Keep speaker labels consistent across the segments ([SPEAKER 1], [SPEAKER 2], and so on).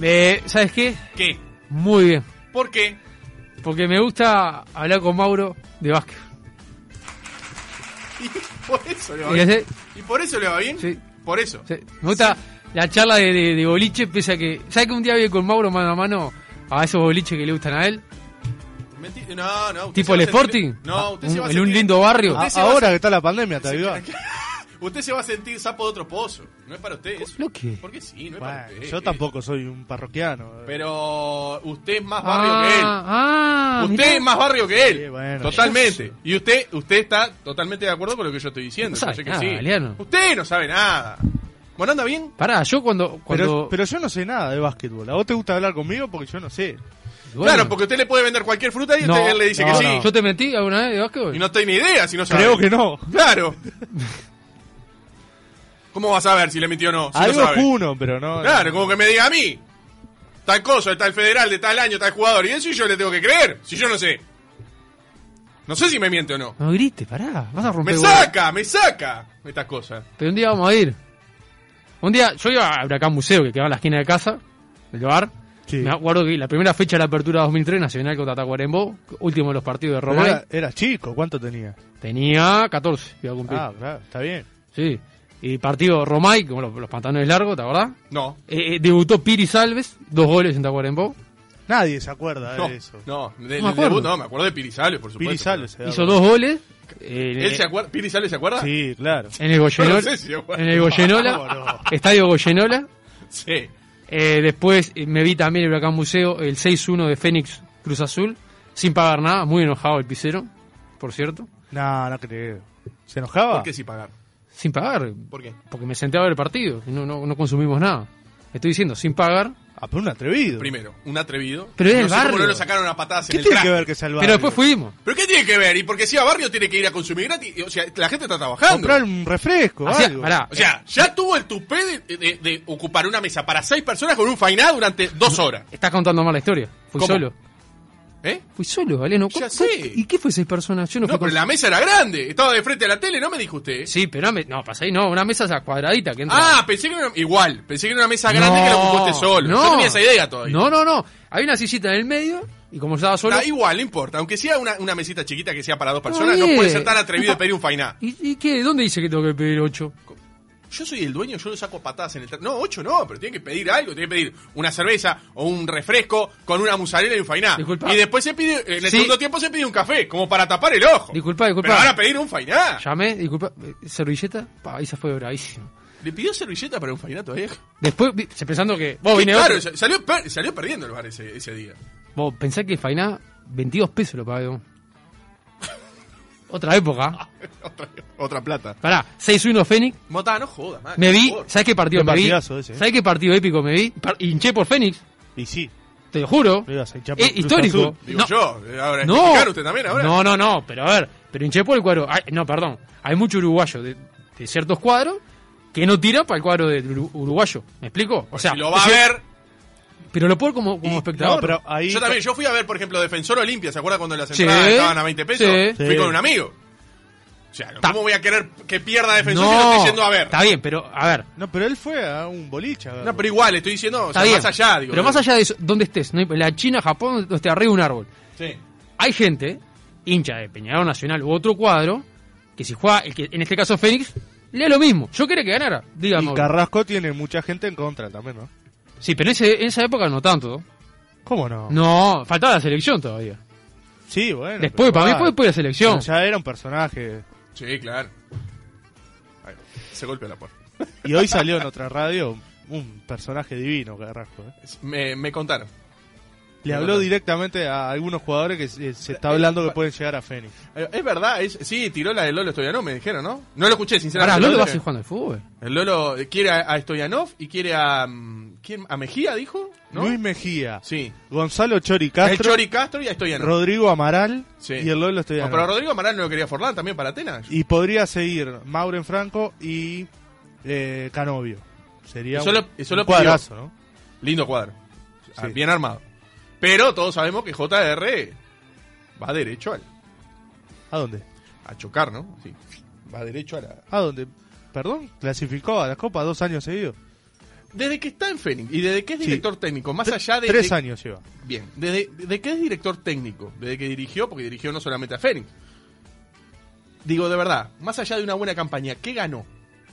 [SPEAKER 1] Eh, ¿Sabes qué?
[SPEAKER 2] ¿Qué?
[SPEAKER 1] Muy bien.
[SPEAKER 2] ¿Por qué?
[SPEAKER 1] Porque me gusta hablar con Mauro de básquet.
[SPEAKER 2] Y por eso le va
[SPEAKER 1] Y
[SPEAKER 2] bien.
[SPEAKER 1] hace-
[SPEAKER 2] ¿Y por eso le va bien?
[SPEAKER 1] Sí.
[SPEAKER 2] Por eso.
[SPEAKER 1] Sí, Me gusta la charla de, de- de boliche, pese a que. ¿Sabes que un día vi con Mauro mano a mano a esos boliches que le gustan a él?
[SPEAKER 2] Menti- No, no. usted se
[SPEAKER 1] ¿Tipo
[SPEAKER 2] va
[SPEAKER 1] el
[SPEAKER 2] a sentir-
[SPEAKER 1] Sporting? Ah,
[SPEAKER 2] No, usted
[SPEAKER 1] Un-
[SPEAKER 2] se va a
[SPEAKER 1] en
[SPEAKER 2] sentir-
[SPEAKER 1] un lindo barrio.
[SPEAKER 2] Usted
[SPEAKER 1] Ah,
[SPEAKER 2] se va a
[SPEAKER 3] Ahora que está la pandemia, te digo.
[SPEAKER 2] Usted se va a sentir sapo de otro pozo. No es para usted eso.
[SPEAKER 1] ¿Lo qué?
[SPEAKER 2] Porque sí, no es para
[SPEAKER 3] Bueno,
[SPEAKER 2] usted.
[SPEAKER 3] yo tampoco soy un parroquiano.
[SPEAKER 2] Pero usted es más barrio que
[SPEAKER 1] ah,
[SPEAKER 2] él. Usted
[SPEAKER 1] mirá.
[SPEAKER 2] es más barrio que él.
[SPEAKER 3] Sí, bueno.
[SPEAKER 2] totalmente. Y usted usted está totalmente de acuerdo con lo que yo estoy diciendo.
[SPEAKER 1] No sabe
[SPEAKER 2] yo sé que
[SPEAKER 1] nada,
[SPEAKER 2] sí.
[SPEAKER 1] Galeano.
[SPEAKER 2] Usted no sabe nada. Bueno, anda bien.
[SPEAKER 1] Pará, yo cuando. cuando
[SPEAKER 3] Pero, pero yo no sé nada de básquetbol. ¿A vos te gusta hablar conmigo? Porque yo no sé.
[SPEAKER 1] bueno,
[SPEAKER 2] Claro, porque usted le puede vender cualquier fruta y usted
[SPEAKER 1] no,
[SPEAKER 2] él le dice que
[SPEAKER 1] no,
[SPEAKER 2] sí.
[SPEAKER 1] no. ¿Yo te mentí alguna vez de básquetbol?
[SPEAKER 2] Y no estoy ni idea si no sabe.
[SPEAKER 3] Creo que no.
[SPEAKER 2] Claro. ¿Cómo vas a ver si le mintió o no? Si no
[SPEAKER 3] Algo
[SPEAKER 2] sabe.
[SPEAKER 3] es uno, pero no.
[SPEAKER 2] Claro, como que me diga a mí. Tal cosa, de tal federal, de tal año, tal jugador. Y eso yo le tengo que creer. Si yo no sé. No sé si me miente o no.
[SPEAKER 1] No grites, pará. Vas a romper.
[SPEAKER 2] Me
[SPEAKER 1] bolas.
[SPEAKER 2] saca, me saca estas cosas.
[SPEAKER 1] Pero un día vamos a ir. Un día, yo iba a Huracán Museo, que quedaba en la esquina de casa, del bar.
[SPEAKER 3] Sí.
[SPEAKER 1] Me acuerdo que la primera fecha de la apertura 2003, Nacional contra Tacuarembó, último de los partidos de
[SPEAKER 3] Pero
[SPEAKER 1] Román.
[SPEAKER 3] era, era chico, ¿cuánto tenía?
[SPEAKER 1] Tenía 14, iba a cumplir.
[SPEAKER 3] Ah, claro, está bien.
[SPEAKER 1] Sí. Y partido Romay, como los, los pantalones largos, ¿te acordás?
[SPEAKER 2] No.
[SPEAKER 1] Eh, eh, debutó Piri Salves, dos goles en Tacuarembó.
[SPEAKER 3] Nadie se acuerda
[SPEAKER 2] No,
[SPEAKER 3] de eso.
[SPEAKER 2] no, del
[SPEAKER 1] No me
[SPEAKER 2] debut,
[SPEAKER 1] acuerdo.
[SPEAKER 2] no, me acuerdo de Pirizales, por supuesto.
[SPEAKER 3] Piri Sales se da
[SPEAKER 1] Hizo
[SPEAKER 3] cuenta.
[SPEAKER 1] dos goles. eh,
[SPEAKER 2] ¿Él se acuerda? ¿Pirizales se acuerda?
[SPEAKER 3] Sí, claro.
[SPEAKER 1] en el Goyenola.
[SPEAKER 2] No sé si se acuerda.
[SPEAKER 1] en el Goyenola.
[SPEAKER 3] No, no.
[SPEAKER 1] Estadio Goyenola.
[SPEAKER 2] Sí.
[SPEAKER 1] Eh, después eh, me vi también el Huracán Museo, el 6-1 de Fénix Cruz Azul, sin pagar nada, muy enojado el pisero, por cierto.
[SPEAKER 3] No, no creo. ¿Se enojaba?
[SPEAKER 2] ¿Por qué sí pagar?
[SPEAKER 1] Sin pagar,
[SPEAKER 2] ¿Por qué?
[SPEAKER 1] porque me senté a ver el partido, y no, no, no consumimos nada. Estoy diciendo, sin pagar.
[SPEAKER 3] Ah, pero un atrevido.
[SPEAKER 2] Primero, un atrevido.
[SPEAKER 1] Pero es
[SPEAKER 2] no
[SPEAKER 1] del
[SPEAKER 2] sé cómo
[SPEAKER 1] barrio.
[SPEAKER 2] no lo sacaron a patadas
[SPEAKER 3] ¿Qué
[SPEAKER 2] en el
[SPEAKER 3] tiene que
[SPEAKER 2] traje.
[SPEAKER 3] ver que salvar?
[SPEAKER 1] Pero después fuimos.
[SPEAKER 2] ¿Pero qué tiene que ver? Y porque si a barrio tiene que ir a consumir gratis. O sea, la gente está trabajando.
[SPEAKER 3] Comprar un refresco,
[SPEAKER 1] Hacía-
[SPEAKER 3] algo.
[SPEAKER 1] pará,
[SPEAKER 2] O sea, ya tuvo el tupé de, de- de ocupar una mesa para seis personas con un fainá durante dos horas.
[SPEAKER 1] eh, estás contando mal la historia. Fui
[SPEAKER 2] ¿Cómo?
[SPEAKER 1] solo.
[SPEAKER 2] ¿Eh?
[SPEAKER 1] Fui solo, Valeno.
[SPEAKER 2] Ya
[SPEAKER 1] ¿Cu-
[SPEAKER 2] sé.
[SPEAKER 1] cu- ¿Y qué fue seis personas? Yo no,
[SPEAKER 2] No,
[SPEAKER 1] fui
[SPEAKER 2] pero
[SPEAKER 1] con-
[SPEAKER 2] la mesa era grande. Estaba de frente a la tele, no me dijo usted. ¿eh?
[SPEAKER 1] Sí, pero una me- no, pasa ahí, no, una mesa esa cuadradita que entra.
[SPEAKER 2] Ah, pensé que era igual. Pensé que era una mesa grande que la ocupó usted solo.
[SPEAKER 1] no.
[SPEAKER 2] Yo tenía esa idea todavía.
[SPEAKER 1] No, no, no. Hay una sillita en el medio y como estaba solo.
[SPEAKER 2] Da igual, no importa. Aunque sea una, una mesita chiquita que sea para dos personas,
[SPEAKER 1] bien.
[SPEAKER 2] no puede ser tan atrevido de pedir un fainá.
[SPEAKER 1] ¿Y, y qué? ¿Dónde dice que tengo que pedir ocho?
[SPEAKER 2] Yo soy el dueño, yo lo saco a patadas en el... tra- No, ocho no, pero tiene que pedir algo. Tiene que pedir una cerveza o un refresco con una musarela y un fainá.
[SPEAKER 1] Disculpa.
[SPEAKER 2] Y después se pide, en el
[SPEAKER 1] Sí.
[SPEAKER 2] segundo tiempo se pide un café, como para tapar el ojo.
[SPEAKER 1] Disculpa, disculpa.
[SPEAKER 2] Pero ahora pedir un fainá.
[SPEAKER 1] Llamé, disculpa, eh, servilleta, pa, ahí se fue bravísimo.
[SPEAKER 2] ¿Le pidió servilleta para un fainá todavía?
[SPEAKER 1] Después, vi- se pensando que. Vos, vine
[SPEAKER 2] claro,
[SPEAKER 1] otro.
[SPEAKER 2] sa- salió, per- salió perdiendo el bar ese, ese día.
[SPEAKER 1] Vos pensás que Fainá, 22 pesos lo pagué. vos. Otra época.
[SPEAKER 2] otra, otra plata.
[SPEAKER 1] Pará, 6-1 Fénix.
[SPEAKER 2] Mota, no joda, man.
[SPEAKER 1] Me vi,
[SPEAKER 2] Por favor.
[SPEAKER 1] ¿sabés qué partido
[SPEAKER 3] Qué
[SPEAKER 1] me vi?
[SPEAKER 3] partidazo ese, eh.
[SPEAKER 1] ¿Sabés qué partido épico me vi? Par- hinché por Fénix,
[SPEAKER 3] Y sí.
[SPEAKER 1] te lo juro.
[SPEAKER 3] Lo ibas a hinchar por
[SPEAKER 1] Es
[SPEAKER 3] Cruz
[SPEAKER 1] histórico.
[SPEAKER 3] Azul.
[SPEAKER 2] Digo
[SPEAKER 1] No,
[SPEAKER 2] yo, eh, ahora es
[SPEAKER 1] No.
[SPEAKER 2] mexicano usted también ahora.
[SPEAKER 1] No, no, no, pero a ver, pero hinché por el cuadro. Ay, no, perdón. Hay mucho uruguayo de, de ciertos cuadros que no tiran para el cuadro del uru- uruguayo. ¿Me explico? O
[SPEAKER 2] Pues
[SPEAKER 1] sea,
[SPEAKER 2] si lo va a
[SPEAKER 1] ese-
[SPEAKER 2] ver.
[SPEAKER 1] Pero lo puedo como, como
[SPEAKER 3] Y-
[SPEAKER 1] espectador.
[SPEAKER 3] no, pero ahí.
[SPEAKER 2] Yo también, yo fui a ver, por ejemplo, Defensor Olimpia, ¿se acuerda cuando las
[SPEAKER 1] Sí.
[SPEAKER 2] entradas estaban a 20 pesos?
[SPEAKER 1] Sí.
[SPEAKER 2] Fui
[SPEAKER 3] Sí.
[SPEAKER 2] con un amigo. O sea,
[SPEAKER 1] Ta-
[SPEAKER 2] ¿cómo voy a querer que pierda Defensor si lo estoy yendo a ver?
[SPEAKER 1] Está bien, pero a ver.
[SPEAKER 3] No, pero él fue a un boliche. a ver.
[SPEAKER 2] No, pero igual, estoy diciendo, o
[SPEAKER 1] Está
[SPEAKER 2] sea,
[SPEAKER 1] bien.
[SPEAKER 2] más allá, digo.
[SPEAKER 1] pero más allá de eso, donde estés, ¿no? la China, Japón, donde esté arriba de un árbol.
[SPEAKER 2] Sí.
[SPEAKER 1] Hay gente, hincha de Peñarol Nacional u otro cuadro, que si juega, el que, en este caso Fénix, lea lo mismo. Yo quería que ganara,
[SPEAKER 3] y
[SPEAKER 1] digamos.
[SPEAKER 3] Carrasco tiene mucha gente en contra también, ¿no?
[SPEAKER 1] Sí, pero en, ese- en esa época no tanto.
[SPEAKER 3] ¿Cómo no?
[SPEAKER 1] No, faltaba la selección todavía.
[SPEAKER 3] Sí, bueno.
[SPEAKER 1] Después,
[SPEAKER 3] pero
[SPEAKER 1] para mí,
[SPEAKER 3] igual.
[SPEAKER 1] después, después de la selección.
[SPEAKER 3] Pero Ya era un personaje.
[SPEAKER 2] Sí, claro. Ahí va. Se golpea la puerta.
[SPEAKER 3] Y hoy salió en otra radio un personaje divino, Carrasco. ¿eh?
[SPEAKER 2] Es- Me, me contaron.
[SPEAKER 3] Le habló directamente a algunos jugadores que eh, se, se está hablando que pueden llegar a Fénix.
[SPEAKER 2] Eh, Es verdad, es, sí, tiró la de Lolo Stoyanov, me dijeron, ¿no? No lo escuché, sinceramente.
[SPEAKER 1] Ahora, Lolo va a
[SPEAKER 2] dije.
[SPEAKER 1] seguir jugando al fútbol.
[SPEAKER 2] El Lolo quiere a, a Stoyanov y quiere a. mm, ¿quién? ¿A Mejía, dijo? ¿No?
[SPEAKER 3] Luis Mejía,
[SPEAKER 2] Sí.
[SPEAKER 3] Gonzalo Chori
[SPEAKER 2] El
[SPEAKER 3] Castro,
[SPEAKER 2] Chori Castro y a Stoyanov.
[SPEAKER 3] Rodrigo Amaral
[SPEAKER 2] Sí.
[SPEAKER 3] y el Lolo
[SPEAKER 2] No,
[SPEAKER 3] Estudiano.
[SPEAKER 2] pero Rodrigo Amaral no lo quería Forlán también para Atenas.
[SPEAKER 3] Y podría seguir Mauren Franco y eh, Canovio. Sería
[SPEAKER 2] Y solo-
[SPEAKER 3] un,
[SPEAKER 2] y solo
[SPEAKER 3] un cuadrazo, ¿no?
[SPEAKER 2] Lindo cuadro. Ah,
[SPEAKER 3] Sí.
[SPEAKER 2] Bien armado. Pero todos sabemos que JR va derecho al,
[SPEAKER 3] ¿A dónde?
[SPEAKER 2] a chocar, ¿no? Sí. Va derecho a la.
[SPEAKER 3] Ah, ¿A dónde? Perdón, clasificó a la Copa dos años seguidos.
[SPEAKER 2] Desde que está en Fénix y desde que es
[SPEAKER 3] Sí.
[SPEAKER 2] director técnico, más allá de.
[SPEAKER 3] Tres
[SPEAKER 2] de-
[SPEAKER 3] años lleva.
[SPEAKER 2] Bien, desde, desde que es director técnico, desde que dirigió, porque dirigió no solamente a Fénix. Digo, de verdad, más allá de una buena campaña, ¿qué ganó?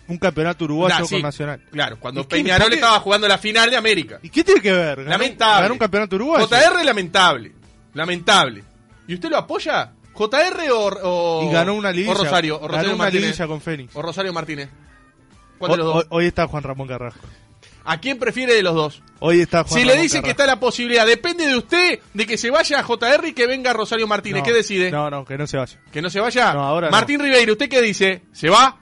[SPEAKER 3] Un campeonato uruguayo
[SPEAKER 2] Nah,
[SPEAKER 3] con
[SPEAKER 2] sí,
[SPEAKER 3] Nacional.
[SPEAKER 2] Claro, cuando
[SPEAKER 3] ¿Y qué-
[SPEAKER 2] Peñarol
[SPEAKER 3] por qué-
[SPEAKER 2] estaba jugando la final de América.
[SPEAKER 3] ¿Y qué tiene que ver? Ganar-
[SPEAKER 2] Lamentable.
[SPEAKER 3] Ganar un campeonato uruguayo.
[SPEAKER 2] JR lamentable. Lamentable. ¿Y usted lo apoya? ¿JR o, o-
[SPEAKER 3] Y ganó una liguilla.
[SPEAKER 2] o Rosario? O Rosario
[SPEAKER 3] ganó una
[SPEAKER 2] Martínez.
[SPEAKER 3] liguilla con Fénix.
[SPEAKER 2] O Rosario Martínez. ¿Cuál de
[SPEAKER 3] Hoy,
[SPEAKER 2] los dos?
[SPEAKER 3] hoy- hoy está Juan Ramón Carrasco.
[SPEAKER 2] ¿A quién prefiere de los dos?
[SPEAKER 3] Hoy está Juan
[SPEAKER 2] si
[SPEAKER 3] Ramón
[SPEAKER 2] le dicen que
[SPEAKER 3] Carrasco.
[SPEAKER 2] está la posibilidad, depende de usted de que se vaya a JR y que venga Rosario Martínez.
[SPEAKER 3] No,
[SPEAKER 2] ¿Qué decide?
[SPEAKER 3] No, no, que no se vaya.
[SPEAKER 2] ¿Que no se vaya?
[SPEAKER 3] No, ahora no.
[SPEAKER 2] Martín Ribeiro, ¿usted qué dice? ¿Se va?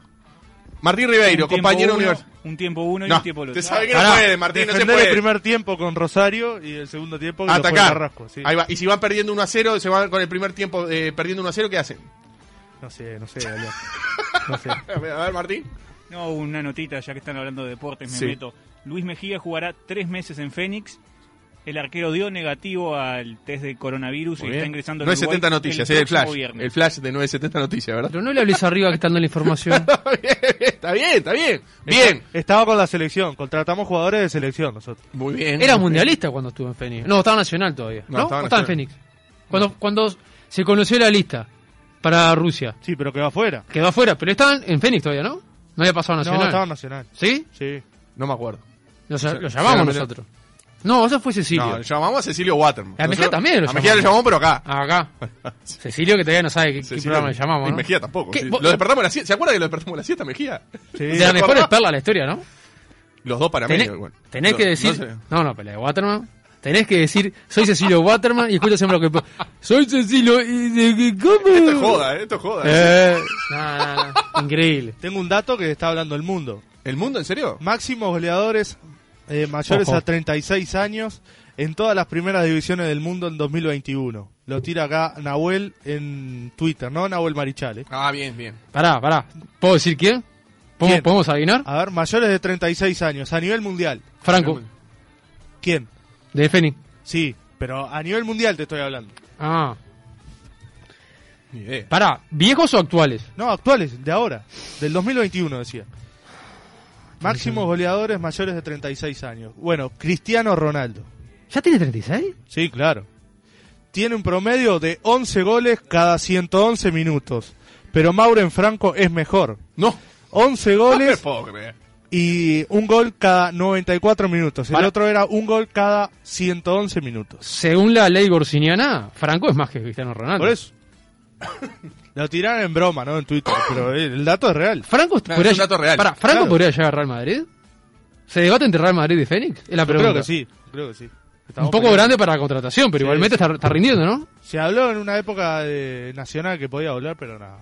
[SPEAKER 2] Martín Ribeiro,
[SPEAKER 4] Un tiempo
[SPEAKER 2] compañero
[SPEAKER 4] uno,
[SPEAKER 2] universal.
[SPEAKER 4] Un tiempo uno y
[SPEAKER 2] No,
[SPEAKER 4] un tiempo el
[SPEAKER 2] te
[SPEAKER 4] otro.
[SPEAKER 2] sabe que no
[SPEAKER 3] Pará,
[SPEAKER 2] puede, Martín, no se
[SPEAKER 3] defender
[SPEAKER 2] puede.
[SPEAKER 3] el primer tiempo con Rosario y el segundo tiempo que lo fue
[SPEAKER 2] Atacar.
[SPEAKER 3] Carrasco. sí.
[SPEAKER 2] Ahí va. Y si van perdiendo 1 a 0, se van con el primer tiempo eh, perdiendo 1 a 0, ¿qué hacen?
[SPEAKER 3] No sé, no sé, Galeano. No sé.
[SPEAKER 2] A ver, a ver, Martín.
[SPEAKER 4] No, una notita, ya que están hablando de deportes, me
[SPEAKER 2] Sí.
[SPEAKER 4] meto. Luis Mejía jugará tres meses en Fénix. El arquero dio negativo al test de coronavirus y está ingresando al
[SPEAKER 2] no es
[SPEAKER 4] Uruguay
[SPEAKER 2] 70 noticias,
[SPEAKER 4] el
[SPEAKER 2] es el
[SPEAKER 4] próximo
[SPEAKER 2] flash.
[SPEAKER 4] viernes.
[SPEAKER 2] El flash de 970 noticias, ¿verdad?
[SPEAKER 1] Pero no le hables arriba que está dando la información.
[SPEAKER 2] está bien, está bien. Bien.
[SPEAKER 3] Estaba con la selección, contratamos jugadores de selección nosotros.
[SPEAKER 2] Muy bien.
[SPEAKER 1] Era mundialista cuando estuvo en Fénix. No, estaba nacional todavía.
[SPEAKER 2] No,
[SPEAKER 1] No, ¿O
[SPEAKER 2] estaba
[SPEAKER 1] estaba, en
[SPEAKER 2] Nacional.
[SPEAKER 1] Fénix. Cuando, cuando se conoció la lista para Rusia,
[SPEAKER 3] Sí, pero quedó afuera.
[SPEAKER 1] quedó afuera, pero estaban en Fénix todavía, ¿no? No había pasado a Nacional.
[SPEAKER 3] No, estaba en Nacional.
[SPEAKER 1] ¿Sí?
[SPEAKER 3] Sí.
[SPEAKER 2] No me acuerdo.
[SPEAKER 1] Lo,
[SPEAKER 2] Se-
[SPEAKER 1] lo
[SPEAKER 2] se la
[SPEAKER 1] llamamos
[SPEAKER 2] metió.
[SPEAKER 1] nosotros. No, eso fue Cecilio.
[SPEAKER 2] No, llamamos a Cecilio Waterman.
[SPEAKER 1] A Mejía también lo
[SPEAKER 2] A Mejía lo llamamos,
[SPEAKER 1] llamamos.
[SPEAKER 2] pero acá.
[SPEAKER 1] Acá. Cecilio que todavía no sabe qué, qué
[SPEAKER 2] Cecilio-
[SPEAKER 1] programa le llamamos,
[SPEAKER 2] Y
[SPEAKER 1] ¿no?
[SPEAKER 2] Mejía tampoco.
[SPEAKER 1] ¿Qué?
[SPEAKER 2] sí.
[SPEAKER 1] Vos-
[SPEAKER 2] Lo despertamos a la siesta. ¿Se acuerda que lo despertamos a la siesta, Mejía?
[SPEAKER 3] Sí.
[SPEAKER 1] De las mejores perlas de la historia, ¿no?
[SPEAKER 2] Los dos para mí.
[SPEAKER 1] Tenés, tenés que decir... No, no, pelea de Waterman. Tenés que decir, soy Cecilio Waterman y escucha siempre lo que... Soy Cecilio y... de- de- ¿Cómo?
[SPEAKER 2] Esto es joda, eh, esto es joda.
[SPEAKER 1] Eh, no, no, no. Increíble.
[SPEAKER 3] Tengo un dato que está hablando el mundo.
[SPEAKER 2] ¿El mundo, en serio?
[SPEAKER 3] Máximos goleadores eh, mayores
[SPEAKER 1] Ojo.
[SPEAKER 3] a 36 años en todas las primeras divisiones del mundo en 2021. Lo tira acá Nahuel en Twitter, ¿no? Nahuel Marichal. eh.
[SPEAKER 2] Ah, bien, bien.
[SPEAKER 1] Pará, pará. ¿Puedo decir quién? ¿Podemos,
[SPEAKER 3] ¿Quién? Ah,
[SPEAKER 1] podemos adivinar?
[SPEAKER 3] A ver, mayores de 36 años a nivel mundial.
[SPEAKER 1] Franco,
[SPEAKER 3] ¿Quién?
[SPEAKER 1] de Fénix.
[SPEAKER 3] Sí, pero a nivel mundial te estoy hablando.
[SPEAKER 1] Ah,
[SPEAKER 2] Ni idea.
[SPEAKER 1] pará. ¿Viejos o actuales?
[SPEAKER 3] No, actuales, de ahora, del 2021 decía. Máximos goleadores mayores de 36 años. Bueno, Cristiano Ronaldo.
[SPEAKER 1] ¿Ya tiene 36?
[SPEAKER 3] Sí, claro. Tiene un promedio de 11 goles cada 111 minutos. Pero Mauren Franco es mejor.
[SPEAKER 2] No. No
[SPEAKER 3] 11
[SPEAKER 2] me
[SPEAKER 3] goles
[SPEAKER 2] puedo creer.
[SPEAKER 3] y un gol cada 94 minutos. El
[SPEAKER 1] Para-
[SPEAKER 3] otro era un gol cada 111 minutos.
[SPEAKER 1] Según la ley gorsiniana, Franco es más que Cristiano Ronaldo.
[SPEAKER 3] Por eso. Lo tiraron en broma, ¿no? En Twitter. Pero el dato es real.
[SPEAKER 1] Franco
[SPEAKER 2] Claro,
[SPEAKER 1] podría
[SPEAKER 2] es un dato real.
[SPEAKER 1] Pará, Franco
[SPEAKER 3] Claro.
[SPEAKER 1] podría llegar a Real Madrid. ¿Se debate entre Real Madrid y Fénix? Es la
[SPEAKER 3] Yo
[SPEAKER 1] pregunta.
[SPEAKER 3] creo que sí. Creo que sí.
[SPEAKER 1] Un
[SPEAKER 3] Estamos
[SPEAKER 1] poco
[SPEAKER 3] peleando.
[SPEAKER 1] grande para la contratación, pero
[SPEAKER 3] Sí,
[SPEAKER 1] igualmente Está, está rindiendo, ¿no?
[SPEAKER 3] Se habló en una época de nacional que podía volar, pero nada.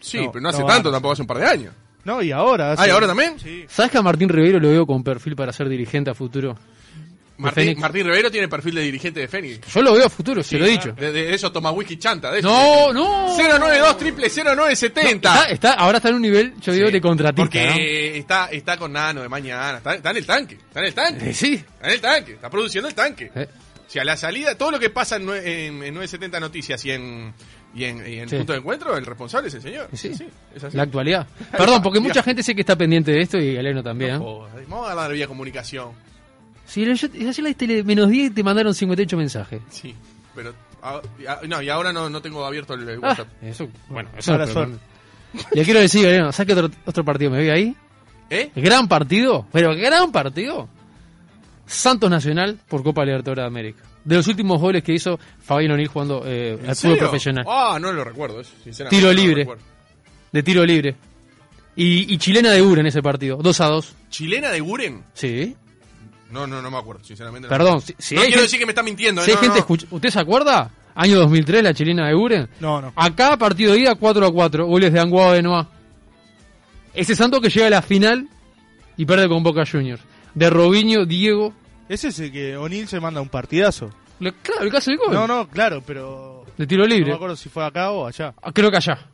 [SPEAKER 2] Sí,
[SPEAKER 3] No,
[SPEAKER 2] pero no hace
[SPEAKER 3] no
[SPEAKER 2] tanto,
[SPEAKER 3] va.
[SPEAKER 2] tampoco hace un par de años.
[SPEAKER 3] No, y ahora.
[SPEAKER 2] Ah, ¿y ahora también?
[SPEAKER 3] Sí.
[SPEAKER 1] ¿Sabes que a Martín Ribeiro lo veo con perfil para ser dirigente a futuro?
[SPEAKER 2] Martín,
[SPEAKER 1] Fénix.
[SPEAKER 2] Martín Rivero tiene perfil de dirigente de Fénix.
[SPEAKER 1] Yo lo veo a futuro, se lo he dicho.
[SPEAKER 2] De, de eso toma whisky chanta. De eso.
[SPEAKER 1] No, no.
[SPEAKER 2] 092 triple 0970.
[SPEAKER 1] Está, está- ahora está en un nivel, yo digo, de contratista.
[SPEAKER 2] Porque está, está con Nano de mañana. Está, está en el tanque. Está en el
[SPEAKER 1] ¿no? Eh,
[SPEAKER 2] tanque.
[SPEAKER 1] Sí.
[SPEAKER 2] Está en el tanque. Está produciendo el tanque.
[SPEAKER 1] Eh,
[SPEAKER 2] O sea, la salida, todo lo que pasa en, nue- en- en 970 Noticias y en, y en, y en
[SPEAKER 1] Sí.
[SPEAKER 2] Punto de Encuentro, el responsable es el señor.
[SPEAKER 1] Sí.
[SPEAKER 2] es así.
[SPEAKER 1] La actualidad. Perdón, porque
[SPEAKER 2] Dios.
[SPEAKER 1] mucha gente sé que está pendiente de esto y Galeno también. ¿eh?
[SPEAKER 2] Joder, Oh, vamos a hablar de vía comunicación.
[SPEAKER 1] Sí, yo- yo ayer la tele menos 10 y te mandaron 58 mensajes.
[SPEAKER 2] Sí, pero. ah, y ah, no, y ahora no, no tengo abierto el, el
[SPEAKER 1] Ah,
[SPEAKER 2] WhatsApp.
[SPEAKER 1] eso, bueno, eso
[SPEAKER 3] Ahora
[SPEAKER 1] pero-
[SPEAKER 3] suerte.
[SPEAKER 1] Le quiero decir, Galeno, saque otro, otro partido, me vi ahí.
[SPEAKER 2] ¿Eh?
[SPEAKER 1] Gran partido, pero gran partido. Santos Nacional por Copa Libertadores de América. De los últimos goles que hizo Fabián O'Neill jugando eh,
[SPEAKER 2] ¿En
[SPEAKER 1] al
[SPEAKER 2] serio?
[SPEAKER 1] fútbol profesional.
[SPEAKER 2] Ah, no lo recuerdo, eso, sinceramente.
[SPEAKER 1] Tiro
[SPEAKER 2] no lo
[SPEAKER 1] libre.
[SPEAKER 2] recuerdo.
[SPEAKER 1] De tiro libre. Y, y chilena de Ure en ese partido. 2 a 2.
[SPEAKER 2] ¿Chilena de Guren?
[SPEAKER 1] Sí.
[SPEAKER 2] No, no, no me acuerdo, sinceramente. no.
[SPEAKER 1] Perdón. Si, si
[SPEAKER 2] no
[SPEAKER 1] hay
[SPEAKER 2] quiero
[SPEAKER 1] gente,
[SPEAKER 2] decir que me está mintiendo. eh,
[SPEAKER 1] si hay
[SPEAKER 2] no,
[SPEAKER 1] gente
[SPEAKER 2] no, no.
[SPEAKER 1] escucha- ¿Usted se acuerda? Año 2003, la chilena de Ure.
[SPEAKER 3] No, no.
[SPEAKER 1] A cada partido de ida 4 a 4, goles de Anguado de Noa. Ese santo que llega a la final y pierde con Boca Juniors. De Robinho, Diego.
[SPEAKER 3] Ese es el que O'Neill se manda un partidazo.
[SPEAKER 1] Le- claro, el caso del gol.
[SPEAKER 3] No, no, claro, pero.
[SPEAKER 1] De tiro
[SPEAKER 3] No me
[SPEAKER 1] libre.
[SPEAKER 3] acuerdo si fue acá o allá.
[SPEAKER 1] Ah, Creo que allá.